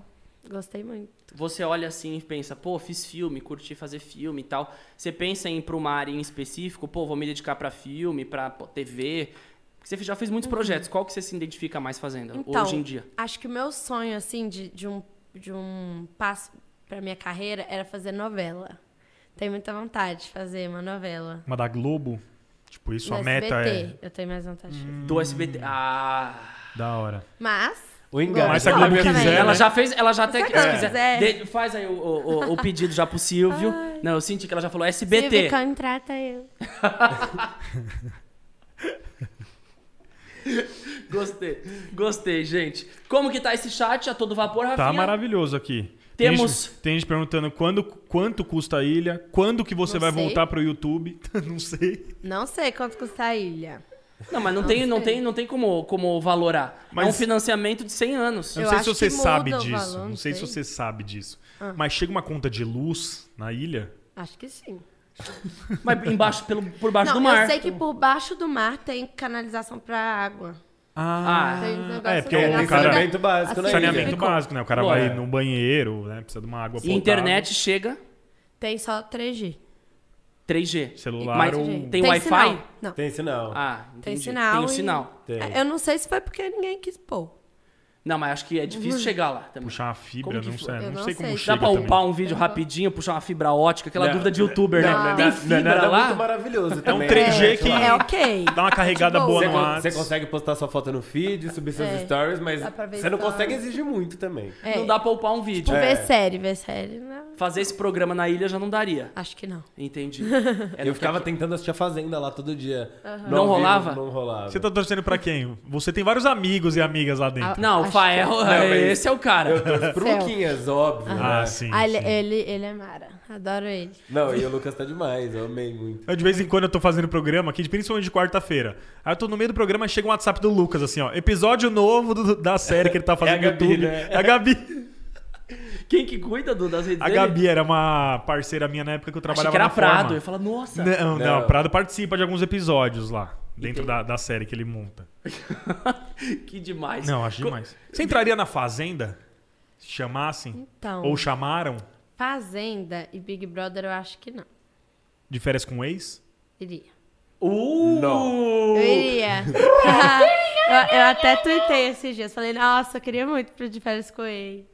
C: Gostei muito.
A: Você olha assim e pensa, pô, fiz filme, curti fazer filme e tal. Você pensa em ir pra uma área em específico, pô, vou me dedicar pra filme, pra pô, TV. Porque você já fez muitos
C: Uhum.
A: projetos. Qual que você se identifica mais fazendo hoje em dia?
C: Então, Acho que o meu sonho, assim, de, de, um, de um passo pra minha carreira era fazer novela. Tenho muita vontade de fazer uma novela.
B: Uma da Globo. Tipo, isso,
C: No
B: a meta é Hum.
C: SBT, Eu tenho mais vontade de fazer.
A: Do SBT. Ah.
B: da hora.
C: Mas.
E: O engano.
B: Mas se a
C: Gosto
B: Globo
C: também.
B: quiser,
A: ela
B: né?
A: já fez, ela já até
C: Se
A: que
C: ela
A: se quiser.
C: quiser.
A: de- faz aí o, o- o- o pedido já pro Silvio. Não, eu senti que ela já falou SBT.
C: Silvio, contrata eu.
A: Gostei. Gostei, gente. Como que tá esse chat a todo vapor, Rafinha?
B: Tá maravilhoso aqui.
A: Temos-
B: Tem gente, tem gente perguntando quando, quanto custa a ilha, quando que você
C: Não
B: vai
C: sei.
B: voltar pro YouTube. Não sei.
C: Não sei quanto custa a ilha.
A: Não, mas não, tem, não,
C: sei.
A: tem, não tem como, como valorar.
B: Mas-
A: É um financiamento de 100 anos.
B: Eu
C: Eu
B: não sei
C: acho
B: se você
C: que muda
B: sabe
C: o
B: disso.
C: valor,
B: não
C: não
B: sei, se
C: sei. Ah.
B: você sabe disso. Mas chega uma conta de luz na ilha.
C: Acho que sim.
A: Mas embaixo, pelo, por baixo
C: Não,
A: do mar.
C: eu sei que por baixo do mar tem canalização pra água.
A: Ah,
C: Tem um negócio
B: é, porque
C: assim,
B: o
C: assim,
B: cara-
C: da-
E: saneamento básico, né?
C: assim,
B: Saneamento
A: ficou.
B: básico, né? O cara
A: Pô,
B: vai
A: é.
B: no banheiro, né? Precisa de uma água
A: E
B: potável.
A: internet chega
B: é
C: Tem só 3G.
A: 3G.
B: Celular um
A: Mas
B: ou-
A: tem, Wi-Fi?
C: sinal. Não.
E: Tem sinal.
A: Ah, entendi.
C: Tem sinal.
A: Tem o
C: e-
A: sinal.
E: Tem.
C: Eu não sei se foi porque ninguém quis pôr.
A: Não, mas acho que
C: Uhum.
A: é difícil chegar lá também.
B: Puxar uma
A: Como
B: fibra,
A: que
B: não
A: foi?
B: sei,
C: Eu
B: não
C: não
B: sei como
C: sei.
A: Dá
B: chega
A: pra
B: também.
A: upar um
C: Uhum.
A: vídeo rapidinho, puxar uma fibra ótica, aquela
E: Não,
A: dúvida de youtuber, né?
E: não, não,
A: Tem
E: não,
A: fibra
E: não, não,
A: lá?
E: muito maravilhoso
B: É um
E: também.
B: 3G que-
E: Sei
C: É
E: lá.
C: ok.
B: Dá uma carregada
C: Tipo,
B: boa
E: Você,
B: no
E: con-
B: Whats.
E: você consegue postar sua foto no feed, subir seus
C: É.
E: stories, mas
C: Dá pra ver
E: você não
C: stories.
E: consegue exigir muito também.
C: É.
A: Não dá pra upar um vídeo.
C: Tipo,
E: É.
C: ver série, ver série. Não.
A: Fazer esse programa na ilha já não daria.
C: Acho que não.
A: Entendi.
E: Eu ficava tentando assistir a Fazenda lá todo dia. No
A: É, Não
E: ao vivo,
A: rolava?
E: Não rolava.
B: Você tá torcendo pra quem? Você tem vários amigos e amigas lá dentro.
A: Não, o
C: Acho
A: Fael,
E: mas-
A: esse é o cara.
E: Eu torço pro
C: Céu.
E: Luquinhas, óbvio.
B: Ah,
E: né?
B: sim.
C: Ah, ele,
B: sim.
C: ele, ele é mara. Adoro ele.
E: Não, e o Lucas tá demais, eu amei muito.
B: Eu, de vez em quando eu tô fazendo programa aqui, principalmente de quarta-feira. Aí eu tô no meio do programa e chega um WhatsApp do Lucas, assim, ó. Episódio novo do- da série que ele tá fazendo
E: É a
B: no
E: Gabi,
B: YouTube.
E: né?
B: É a Gabi.
A: Quem que cuida do, das redes
B: A
A: dele?
B: Gabi era uma parceira minha na época que eu
A: Achei
B: trabalhava
A: que era
B: na Forma.
A: Prado. Eu falo, nossa.
B: Não, não,
E: Não.
B: Prado participa de alguns episódios lá, dentro
A: Entendi.
B: da, da série que ele monta.
A: que demais.
B: Não, acho
A: Co-
B: demais. Você entraria na Fazenda? Se chamassem?
C: Então,
B: Ou chamaram?
C: Fazenda e Big Brother eu acho que não.
B: De férias com o ex?
C: Iria.
A: Uh!
C: Eu iria. eu, eu até tuitei esses dias. Falei, nossa, eu queria muito pro de férias com o ex.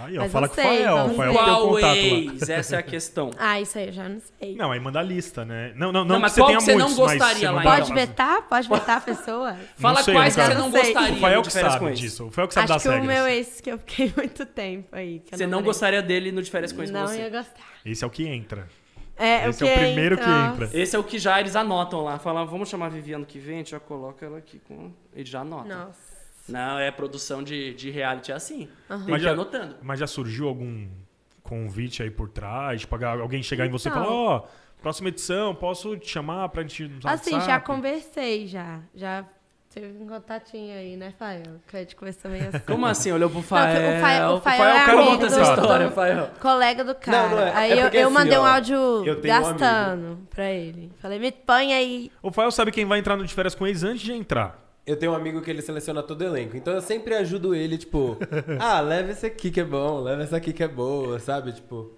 B: Aí, ó,
C: Mas
B: fala
C: não
B: com o
C: sei,
B: Fael.
C: não
B: O Fael tem o
C: sei.
A: Qual
B: contato lá.
A: ex? Essa é a questão.
C: Ah, isso aí eu já não sei.
B: Não, aí manda a lista, né? Não, não, não,
A: Não,
B: que
A: mas
B: você
A: qual
B: tenha
A: que você não
B: muitos, mas
A: gostaria
B: você
A: lá,
B: manda
C: Pode
A: então?
B: uma-
C: vetar? Pode vetar a pessoa?
A: Fala
B: sei,
A: quais
B: no
A: que você
B: caso.
A: não
C: Não sei.
A: gostaria
B: O Fael
A: de
B: que
A: férias com
B: sabe
A: ex.
B: disso. O Fael que sabe
C: Acho
B: das
C: que o
B: regras.
C: meu ex, que eu fiquei muito tempo aí. que eu
A: assim. Você não
C: namorei.
A: gostaria dele no de férias com ex com
C: Não
A: você.
C: ia gostar.
B: Esse é o que entra.
C: É,
B: Esse é o
C: que
B: primeiro que entra.
A: Esse é o que já eles anotam lá. Falam, vamos chamar a Viviane que vem, a gente já coloca ela aqui com. Eles já anotam.
C: Nossa.
A: Não, é produção de, de reality é assim. Tem
B: Mas
A: que ir
B: já-
A: anotando.
B: Mas já surgiu algum convite aí por trás? Tipo, alguém chegar em você e
C: Então.
B: falar, ó, próxima edição, posso te chamar pra gente ir no
C: Assim, já
B: WhatsApp?
C: conversei, já. Já teve um contatinho aí, né, Fael? Que a gente conversou meio assim.
A: Como assim? Olhou pro
C: Não,
A: Fael.
C: o Fael- o Fael é
A: cara
B: amigo
A: conta essa
B: do-
A: história,
C: do-
A: Fael.
C: Colega do cara.
E: Não, não é.
C: Aí
E: É
C: eu,
E: porque
C: eu
E: assim,
C: mandei um
E: ó,
C: áudio
E: eu tenho um amigo.
C: gastando pra ele. Falei, me põe aí.
B: O Fael sabe quem vai entrar no de férias com eles antes de entrar.
E: Eu tenho um amigo que ele seleciona todo elenco, então eu sempre ajudo ele, tipo, ah, leva esse aqui que é bom, leva essa aqui que é boa, sabe? Tipo.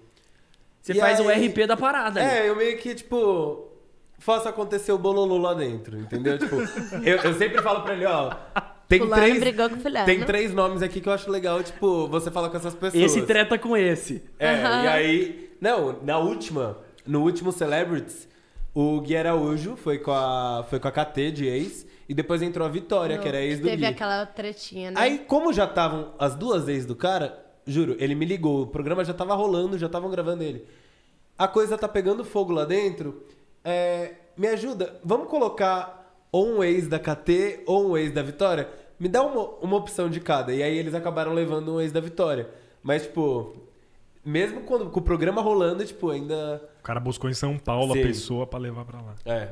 A: Você
E: E
A: faz o
E: aí-
A: RP da parada. ali.
E: É, eu meio que, tipo, faço acontecer o bololô lá dentro, entendeu? Tipo, eu, eu sempre falo pra ele, ó. Tem
C: Fulano
E: três,
C: brigou com fulano.
E: tem três nomes aqui que eu acho legal, tipo, você fala com essas
B: É.
E: pessoas.
A: Esse treta com esse.
E: É, e aí. Não, na última, no último Celebrities, o Gui Araújo foi com a, foi com a KT de ex, e depois entrou a Vitória, que era ex do
C: Teve
E: Gui.
C: aquela tretinha, né?
E: Aí, como já estavam as duas ex do cara, juro, ele me ligou, o programa já tava rolando, já estavam gravando ele. A coisa tá pegando fogo lá dentro. é, me ajuda, vamos colocar ou um ex da KT ou um ex da Vitória? Me dá uma, uma opção de cada. E aí eles acabaram levando um ex da Vitória. Mas, tipo, mesmo quando, com o programa rolando, tipo, ainda.
B: O cara buscou em São Paulo
E: Sim.
B: a pessoa pra levar pra lá.
E: É.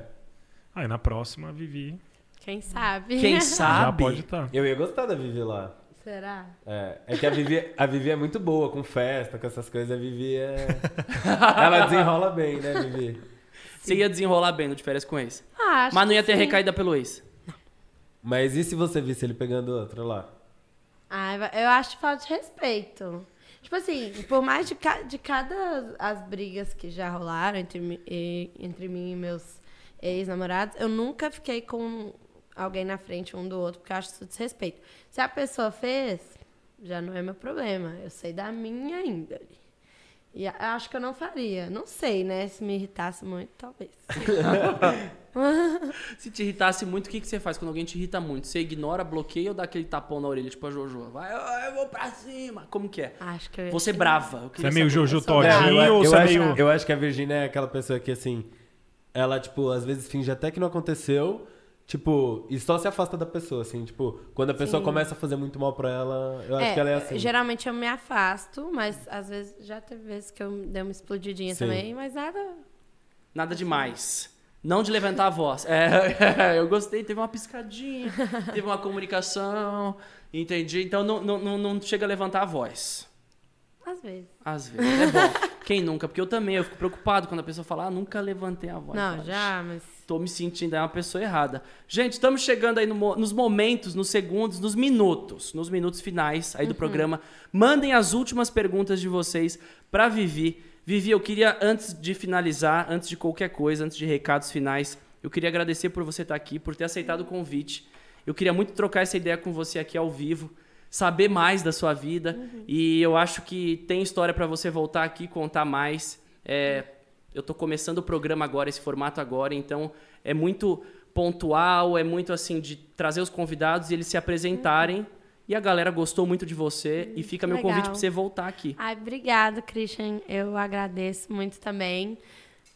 B: Aí na próxima, a Vivi
C: Quem sabe?
A: Quem
B: já
A: sabe?
B: pode tá. estar.
E: Eu ia gostar da Vivi lá.
C: Será?
E: É, é que a Vivi, a Vivi é muito boa com festa, com essas coisas. A Vivi é. Ela desenrola bem, né, Vivi?
A: Você ia desenrolar bem no de férias com ex.
C: Ah, acho
A: Mas não ia
C: que
A: ter
C: sim.
A: recaída pelo ex.
E: Mas e se você visse ele pegando outra lá?
C: Ah, eu acho falta de respeito. Tipo assim, por mais de, ca- de cada as brigas que já rolaram entre, mi- e- entre mim e meus ex-namorados, eu nunca fiquei com alguém na frente um do outro, porque eu acho isso desrespeito. Se a pessoa fez, já não é meu problema. Eu sei da minha índole. E a- eu acho que eu não faria. Não sei, né? Se me irritasse muito, talvez.
A: Se te irritasse muito, o que, que você faz quando alguém te irrita muito? Você ignora, bloqueia ou dá aquele tapão na orelha, tipo a Jojo? Vai, ó, eu vou pra cima. Como que é?
C: Acho que Ah, eu ia
A: Você é
C: querer.
A: brava. Eu
B: Você
A: queria
B: é meio
A: saber.
B: Jojo
C: sou brava.
B: Todinho
E: eu,
B: ou
E: eu
B: você é
E: acho,
B: meio...
E: eu acho que a Virginia é aquela pessoa que, assim, ela, tipo, às vezes finge até que não aconteceu. Tipo, e só se afasta da pessoa, assim, tipo, quando a pessoa
C: Sim.
E: começa a fazer muito mal pra ela, eu acho que ela é assim.
C: Geralmente eu me afasto, mas às vezes já teve vezes que eu dei uma explodidinha
E: Sim.
C: também, mas nada.
A: Nada demais. Não de levantar a voz. É, eu gostei, teve uma piscadinha, teve uma comunicação, entendi. Então não, não, não, não chega a levantar a voz.
C: Às vezes.
A: Às vezes. É bom. Quem nunca? Porque eu também, eu fico preocupado quando a pessoa fala, ah, nunca levantei a voz.
C: não,
A: Fala,
C: já, mas.
A: Tô me sentindo aí uma pessoa errada. Gente, estamos chegando aí no mo- nos momentos, nos segundos, nos minutos, nos minutos finais aí do programa. Mandem as últimas perguntas de vocês pra Vivi. Vivi, eu queria, antes de finalizar, antes de qualquer coisa, antes de recados finais, eu queria agradecer por você estar aqui, por ter aceitado o convite. Eu queria muito trocar essa ideia com você aqui ao vivo, saber mais da sua vida. E eu acho que tem história pra você voltar aqui e contar mais. É, eu tô começando o programa agora, esse formato agora, então é muito pontual, é muito assim de trazer os convidados e eles se apresentarem. E a galera gostou muito de você e fica meu
C: Uhum. legal.
A: convite pra você voltar aqui.
C: Ai, obrigado, Christian. Eu agradeço muito também.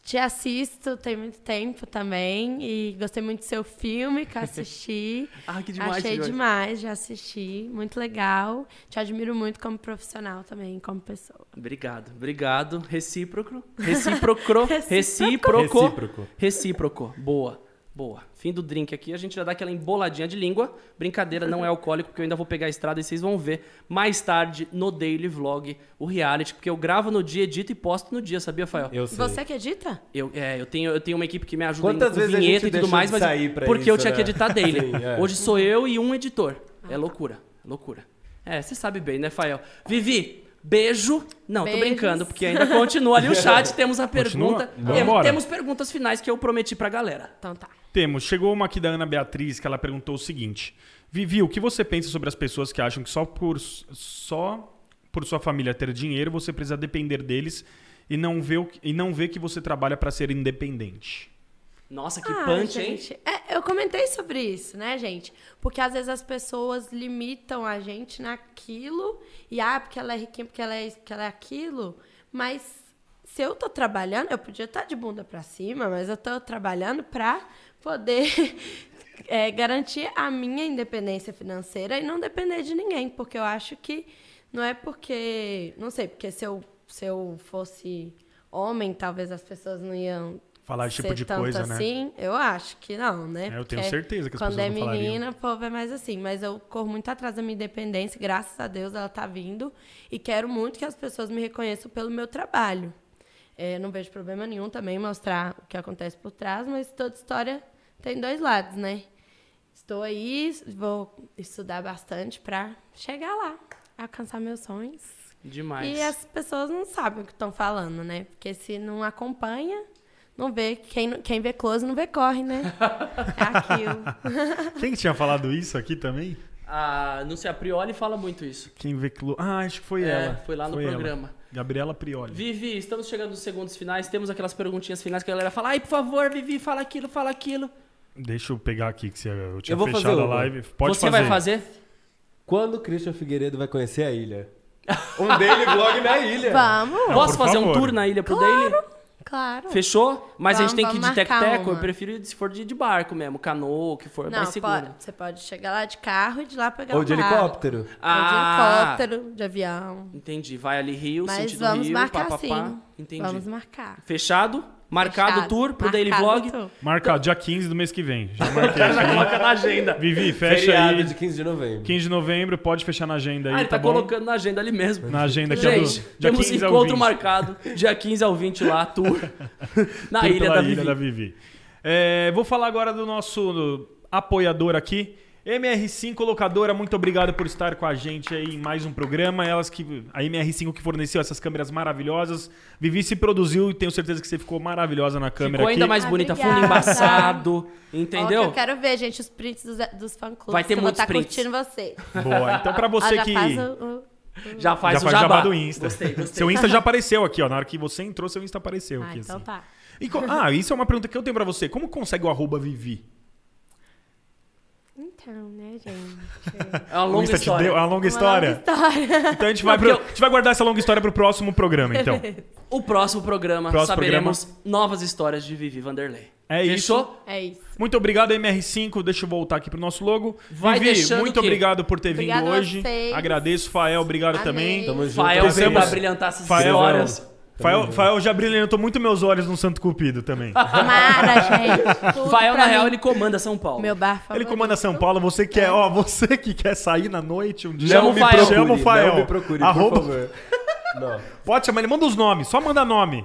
C: Te assisto tem muito tempo também. E gostei muito do seu filme que eu assisti.
A: Ah, que demais,
C: Achei
A: Jorge.
C: demais, já assisti. Muito legal. Te admiro muito como profissional também, como pessoa.
A: Obrigado, obrigado. Recíproco. Recíproco. Recíproco.
E: Recíproco.
A: Recíproco. Recíproco. Boa, boa. Fim do drink aqui, a gente já dá aquela emboladinha de língua. Brincadeira, não é alcoólico, porque eu ainda vou pegar a estrada e vocês vão ver mais tarde no Daily Vlog, o reality, porque eu gravo no dia, edito e posto no dia, sabia, Fael?
E: Eu sei.
C: Você acredita?
A: Eu, é, eu tenho, eu tenho uma equipe que me ajuda
E: Quantas
A: em-
E: vezes
A: com
E: a gente
A: vinheta e tudo
E: deixou
A: mais,
E: de
A: mas
E: sair pra
A: porque eu
E: isso,
A: tinha que
E: né?
A: editar daily.
E: Sim, é.
A: Hoje sou eu e um editor.
C: Ah.
A: É loucura, é loucura. É, você sabe bem, né, Fael? Vivi, beijo. Não, tô
C: Beijos.
A: brincando, porque ainda continua ali o chat, temos a pergunta.
B: Continua?
A: Tem-
B: Vambora.
A: temos perguntas finais que eu prometi pra galera.
C: Então tá.
B: Temos. Chegou uma aqui da Ana Beatriz que ela perguntou o seguinte: Vivi, o que você pensa sobre as pessoas que acham que só por só por sua família ter dinheiro, você precisa depender deles e não ver, o que- e não ver que você trabalha para ser independente.
A: Nossa, que
C: Ah,
A: punch, hein?
C: gente, é, eu comentei sobre isso, né, gente? Porque às vezes as pessoas limitam a gente naquilo e ah, porque ela é riquinha, porque ela é isso, porque ela é aquilo. Mas se eu tô trabalhando, eu podia estar de bunda pra cima, mas eu tô trabalhando pra poder é, garantir a minha independência financeira e não depender de ninguém, porque eu acho que não é porque, não sei, porque se eu, se eu fosse homem, talvez as pessoas não iam
B: Falar esse tipo
C: ser
B: de
C: tanto
B: coisa, né?
C: assim, eu acho que não,
B: É,
C: né?
B: eu tenho
C: Porque
B: certeza que as
C: Quando
B: pessoas
C: é
B: não falariam.
C: menina, o povo é mais assim. Mas eu corro muito atrás da minha independência, graças a Deus ela tá vindo. E quero muito que as pessoas me reconheçam pelo meu trabalho. É, não vejo problema nenhum também mostrar o que acontece por trás, mas toda história tem dois lados, né? Estou aí, vou estudar bastante pra chegar lá, alcançar meus sonhos.
A: Demais.
C: E as pessoas não sabem o que estão falando, né? Porque se não acompanha, não vê. Quem, não- quem vê close não vê corre, né? É aquilo.
B: Quem que tinha falado isso aqui também?
A: Ah, não sei, a Prioli fala muito isso.
B: Quem vê que... Ah, acho que foi
A: É,
B: ela.
A: foi lá no
B: ela.
A: programa.
B: Gabriela Prioli.
A: Vivi, estamos chegando nos segundos finais, temos aquelas perguntinhas finais que a galera fala, ai, por favor, Vivi, fala aquilo, fala aquilo.
B: Deixa eu pegar aqui que você- eu tinha
E: Eu vou
B: fechado
E: fazer
B: a
E: uma.
B: live. Pode
A: Você
B: fazer.
A: vai fazer?
E: Quando o Christian Figueiredo vai conhecer a ilha? Um daily vlog na ilha.
C: Vamos?
A: Posso
B: por
A: fazer um
B: favor.
A: tour na ilha pro Daily?
C: Claro.
A: Fechou? Mas a gente
C: Vamos-
A: tem que ir de
C: vamos marcar
A: teco-teco, eu
C: uma.
A: prefiro ir de- se for de, de barco mesmo, canoa, o que for, mais
C: Não,
A: seguro.
C: pode, É você pode chegar lá de carro e de lá pegar
E: Ou
C: um
E: de
C: barco.
E: helicóptero.
A: Ah.
C: Ou de helicóptero, de avião.
A: Entendi, vai ali Rio,
C: Mas
A: sentido
C: vamos
A: Rio,
C: marcar
A: papapá.
C: sim.
A: Entendi.
C: Vamos marcar.
A: Fechado? Marcado o
C: Fechado.
A: tour pro Daily
C: Marcado
A: Vlog?
C: o tour.
B: Marcado, dia 15 do mês que vem. Já marquei aqui.
A: Coloca na agenda.
B: Vivi, fecha
E: Feriado
B: aí.
E: de 15 de novembro.
B: 15 de novembro, pode fechar na agenda aí,
A: Ah, ele tá,
B: tá, bom?
A: colocando na agenda ali mesmo.
B: Na agenda aqui, ó, do-
A: Gente,
B: dia
A: temos
B: 15 ao
A: encontro
B: 20.
A: marcado dia 15 ao 20 lá, tour. Na
B: Tudo
A: ilha,
B: pela
A: da,
B: Ilha
A: Vivi.
B: da Vivi. É, vou falar agora do nosso do apoiador aqui. MR5 Locadora, muito obrigado por estar com a gente aí em mais um programa. Elas que a MR5 que forneceu essas câmeras maravilhosas. Vivi se produziu e tenho certeza que você ficou maravilhosa na câmera
A: Ficou ainda
B: aqui.
A: mais bonita, fundo
C: Obrigada.
A: embaçado,
C: Ó, que
A: entendeu?
C: eu quero ver, gente, os prints dos, dos fã-clubes.
A: Vai ter
C: que eu
A: muitos
C: vou estar
A: prints.
C: curtindo você.
B: Boa. Então pra você
C: Ó, Ah, já
B: que
C: faz o- o-
A: Já faz
B: já
A: o
B: faz
A: jabá.
B: jabá do Insta.
A: Gostei, gostei.
B: Seu Insta já apareceu aqui, ó. Na hora que você entrou, seu Insta apareceu
C: Ah,
B: aqui.
C: então
B: assim.
C: tá.
B: E co- ah, isso é uma pergunta que eu tenho pra você. Como consegue o arroba Vivi?
C: Então, né, gente?
A: É uma
B: O
A: longa
B: Insta te
A: história.
B: deu é uma longa história?
C: Uma longa história.
B: Então a gente, vai
A: Não, porque
B: pro- a gente vai guardar essa longa história pro próximo programa, então.
A: O próximo programa
B: Próximo
A: saberemos novas histórias de Vivi Vanderlei.
B: É isso.
A: Fechou?
C: É isso.
B: Muito obrigado, MR5. Deixa eu voltar aqui pro nosso logo.
A: Vai
B: Vivi,
A: deixando
B: muito
A: que-
B: obrigado por ter
C: Obrigada
B: vindo
C: a
B: hoje.
C: vocês.
B: Agradeço, Fael, obrigado
C: Amei.
B: também.
E: Tamo junto.
A: Fael veio
B: Pensemos-
A: pra brilhantar essas
B: Fael-
A: histórias.
B: Fael, Fael já brilhantou muito meus olhos no Santo Cupido também.
C: Ah, Mara, gente. Tudo
A: Fael,
C: pra
A: na real,
C: mim.
A: ele comanda São Paulo.
C: Meu bar favorito.
B: Ele comanda São Paulo, você quer, ó, você que quer sair na noite um dia.
A: Chama o Fael.
B: Chama o Fael.
E: Não me procure,
B: Arroba-
E: por favor. Não.
B: Pode chamar, ele manda os nomes, só manda nome.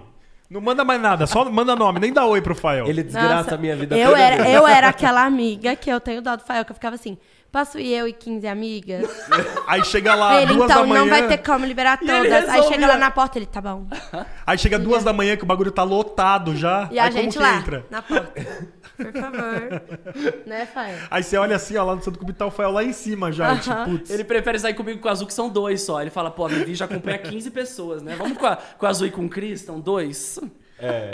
B: Não manda mais nada, só manda nome, nem dá oi pro Fael.
E: Ele desgraça
C: Nossa,
E: a minha vida
C: eu
E: toda
C: era,
E: vez.
C: eu era aquela amiga que eu tenho dó do Fael, que eu ficava assim, posso ir eu e 15 amigas?
B: Aí chega lá,
C: ele,
B: Ah, duas da
C: então,
B: manhã.
C: não vai ter como liberar
A: E ele
C: todas. Aí
A: resolvia.
C: chega lá na porta, ele, tá bom.
B: Aí chega duas da manhã que o bagulho tá lotado já.
C: E
B: aí
C: a gente
B: como que
C: lá,
B: entra?
C: na porta. Por favor. né, Fael?
B: Aí você olha assim, ó, lá no Santo Cupido tá o Fael lá em cima já. e Tipo, putz.
A: Ele prefere sair comigo com o Azul, que são dois só. Ele fala, pô, a Vivi já acompanha 15 pessoas, né? Vamos com, a, com o Azul e com o Cris, estão dois?
E: É.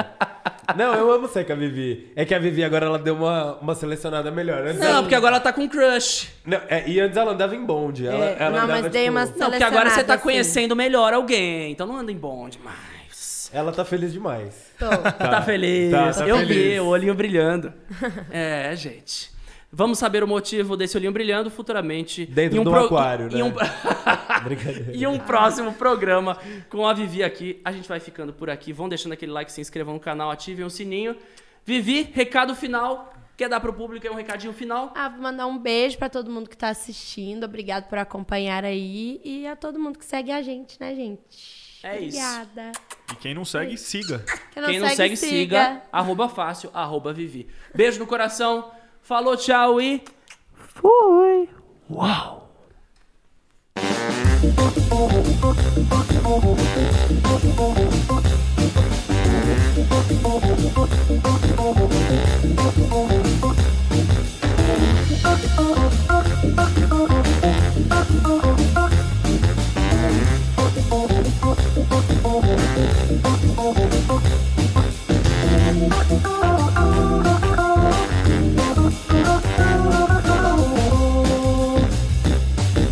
E: Não, eu amo ser com a Vivi. É que a Vivi agora ela deu uma, uma selecionada melhor. Antes
A: Não,
E: ela-
A: porque agora ela tá com crush.
E: Não, é, e antes ela andava em bonde. Ela,
C: É,
E: ela
C: não,
E: andava,
C: mas dei
E: tipo,
C: umas-
A: Não, porque agora você tá
C: Selecionada,
A: conhecendo melhor alguém, então não anda em bonde mais.
E: Ela tá feliz demais.
C: Tô.
A: Tá, feliz.
E: tá, tá
A: eu vi,
E: feliz.
A: o olhinho brilhando. é, gente. Vamos saber o motivo desse olhinho brilhando futuramente.
E: Dentro
A: em
E: de um aquário,
A: em
E: né?
A: um-
E: Brincadeira.
A: e um próximo programa com a Vivi aqui. A gente vai ficando por aqui. Vão deixando aquele like, se inscrevam no canal, ativem o sininho. Vivi, recado final. Quer dar pro público aí um recadinho final?
C: Ah, vou mandar um beijo pra todo mundo que tá assistindo. Obrigado por acompanhar aí. E a todo mundo que segue a gente, né, gente?
A: É isso.
C: Obrigada.
B: E quem não segue, siga.
A: Quem Ah, não segue, siga. Arroba fácil, arroba Vivi. Beijo no coração. Falou, tchau e...
D: Fui.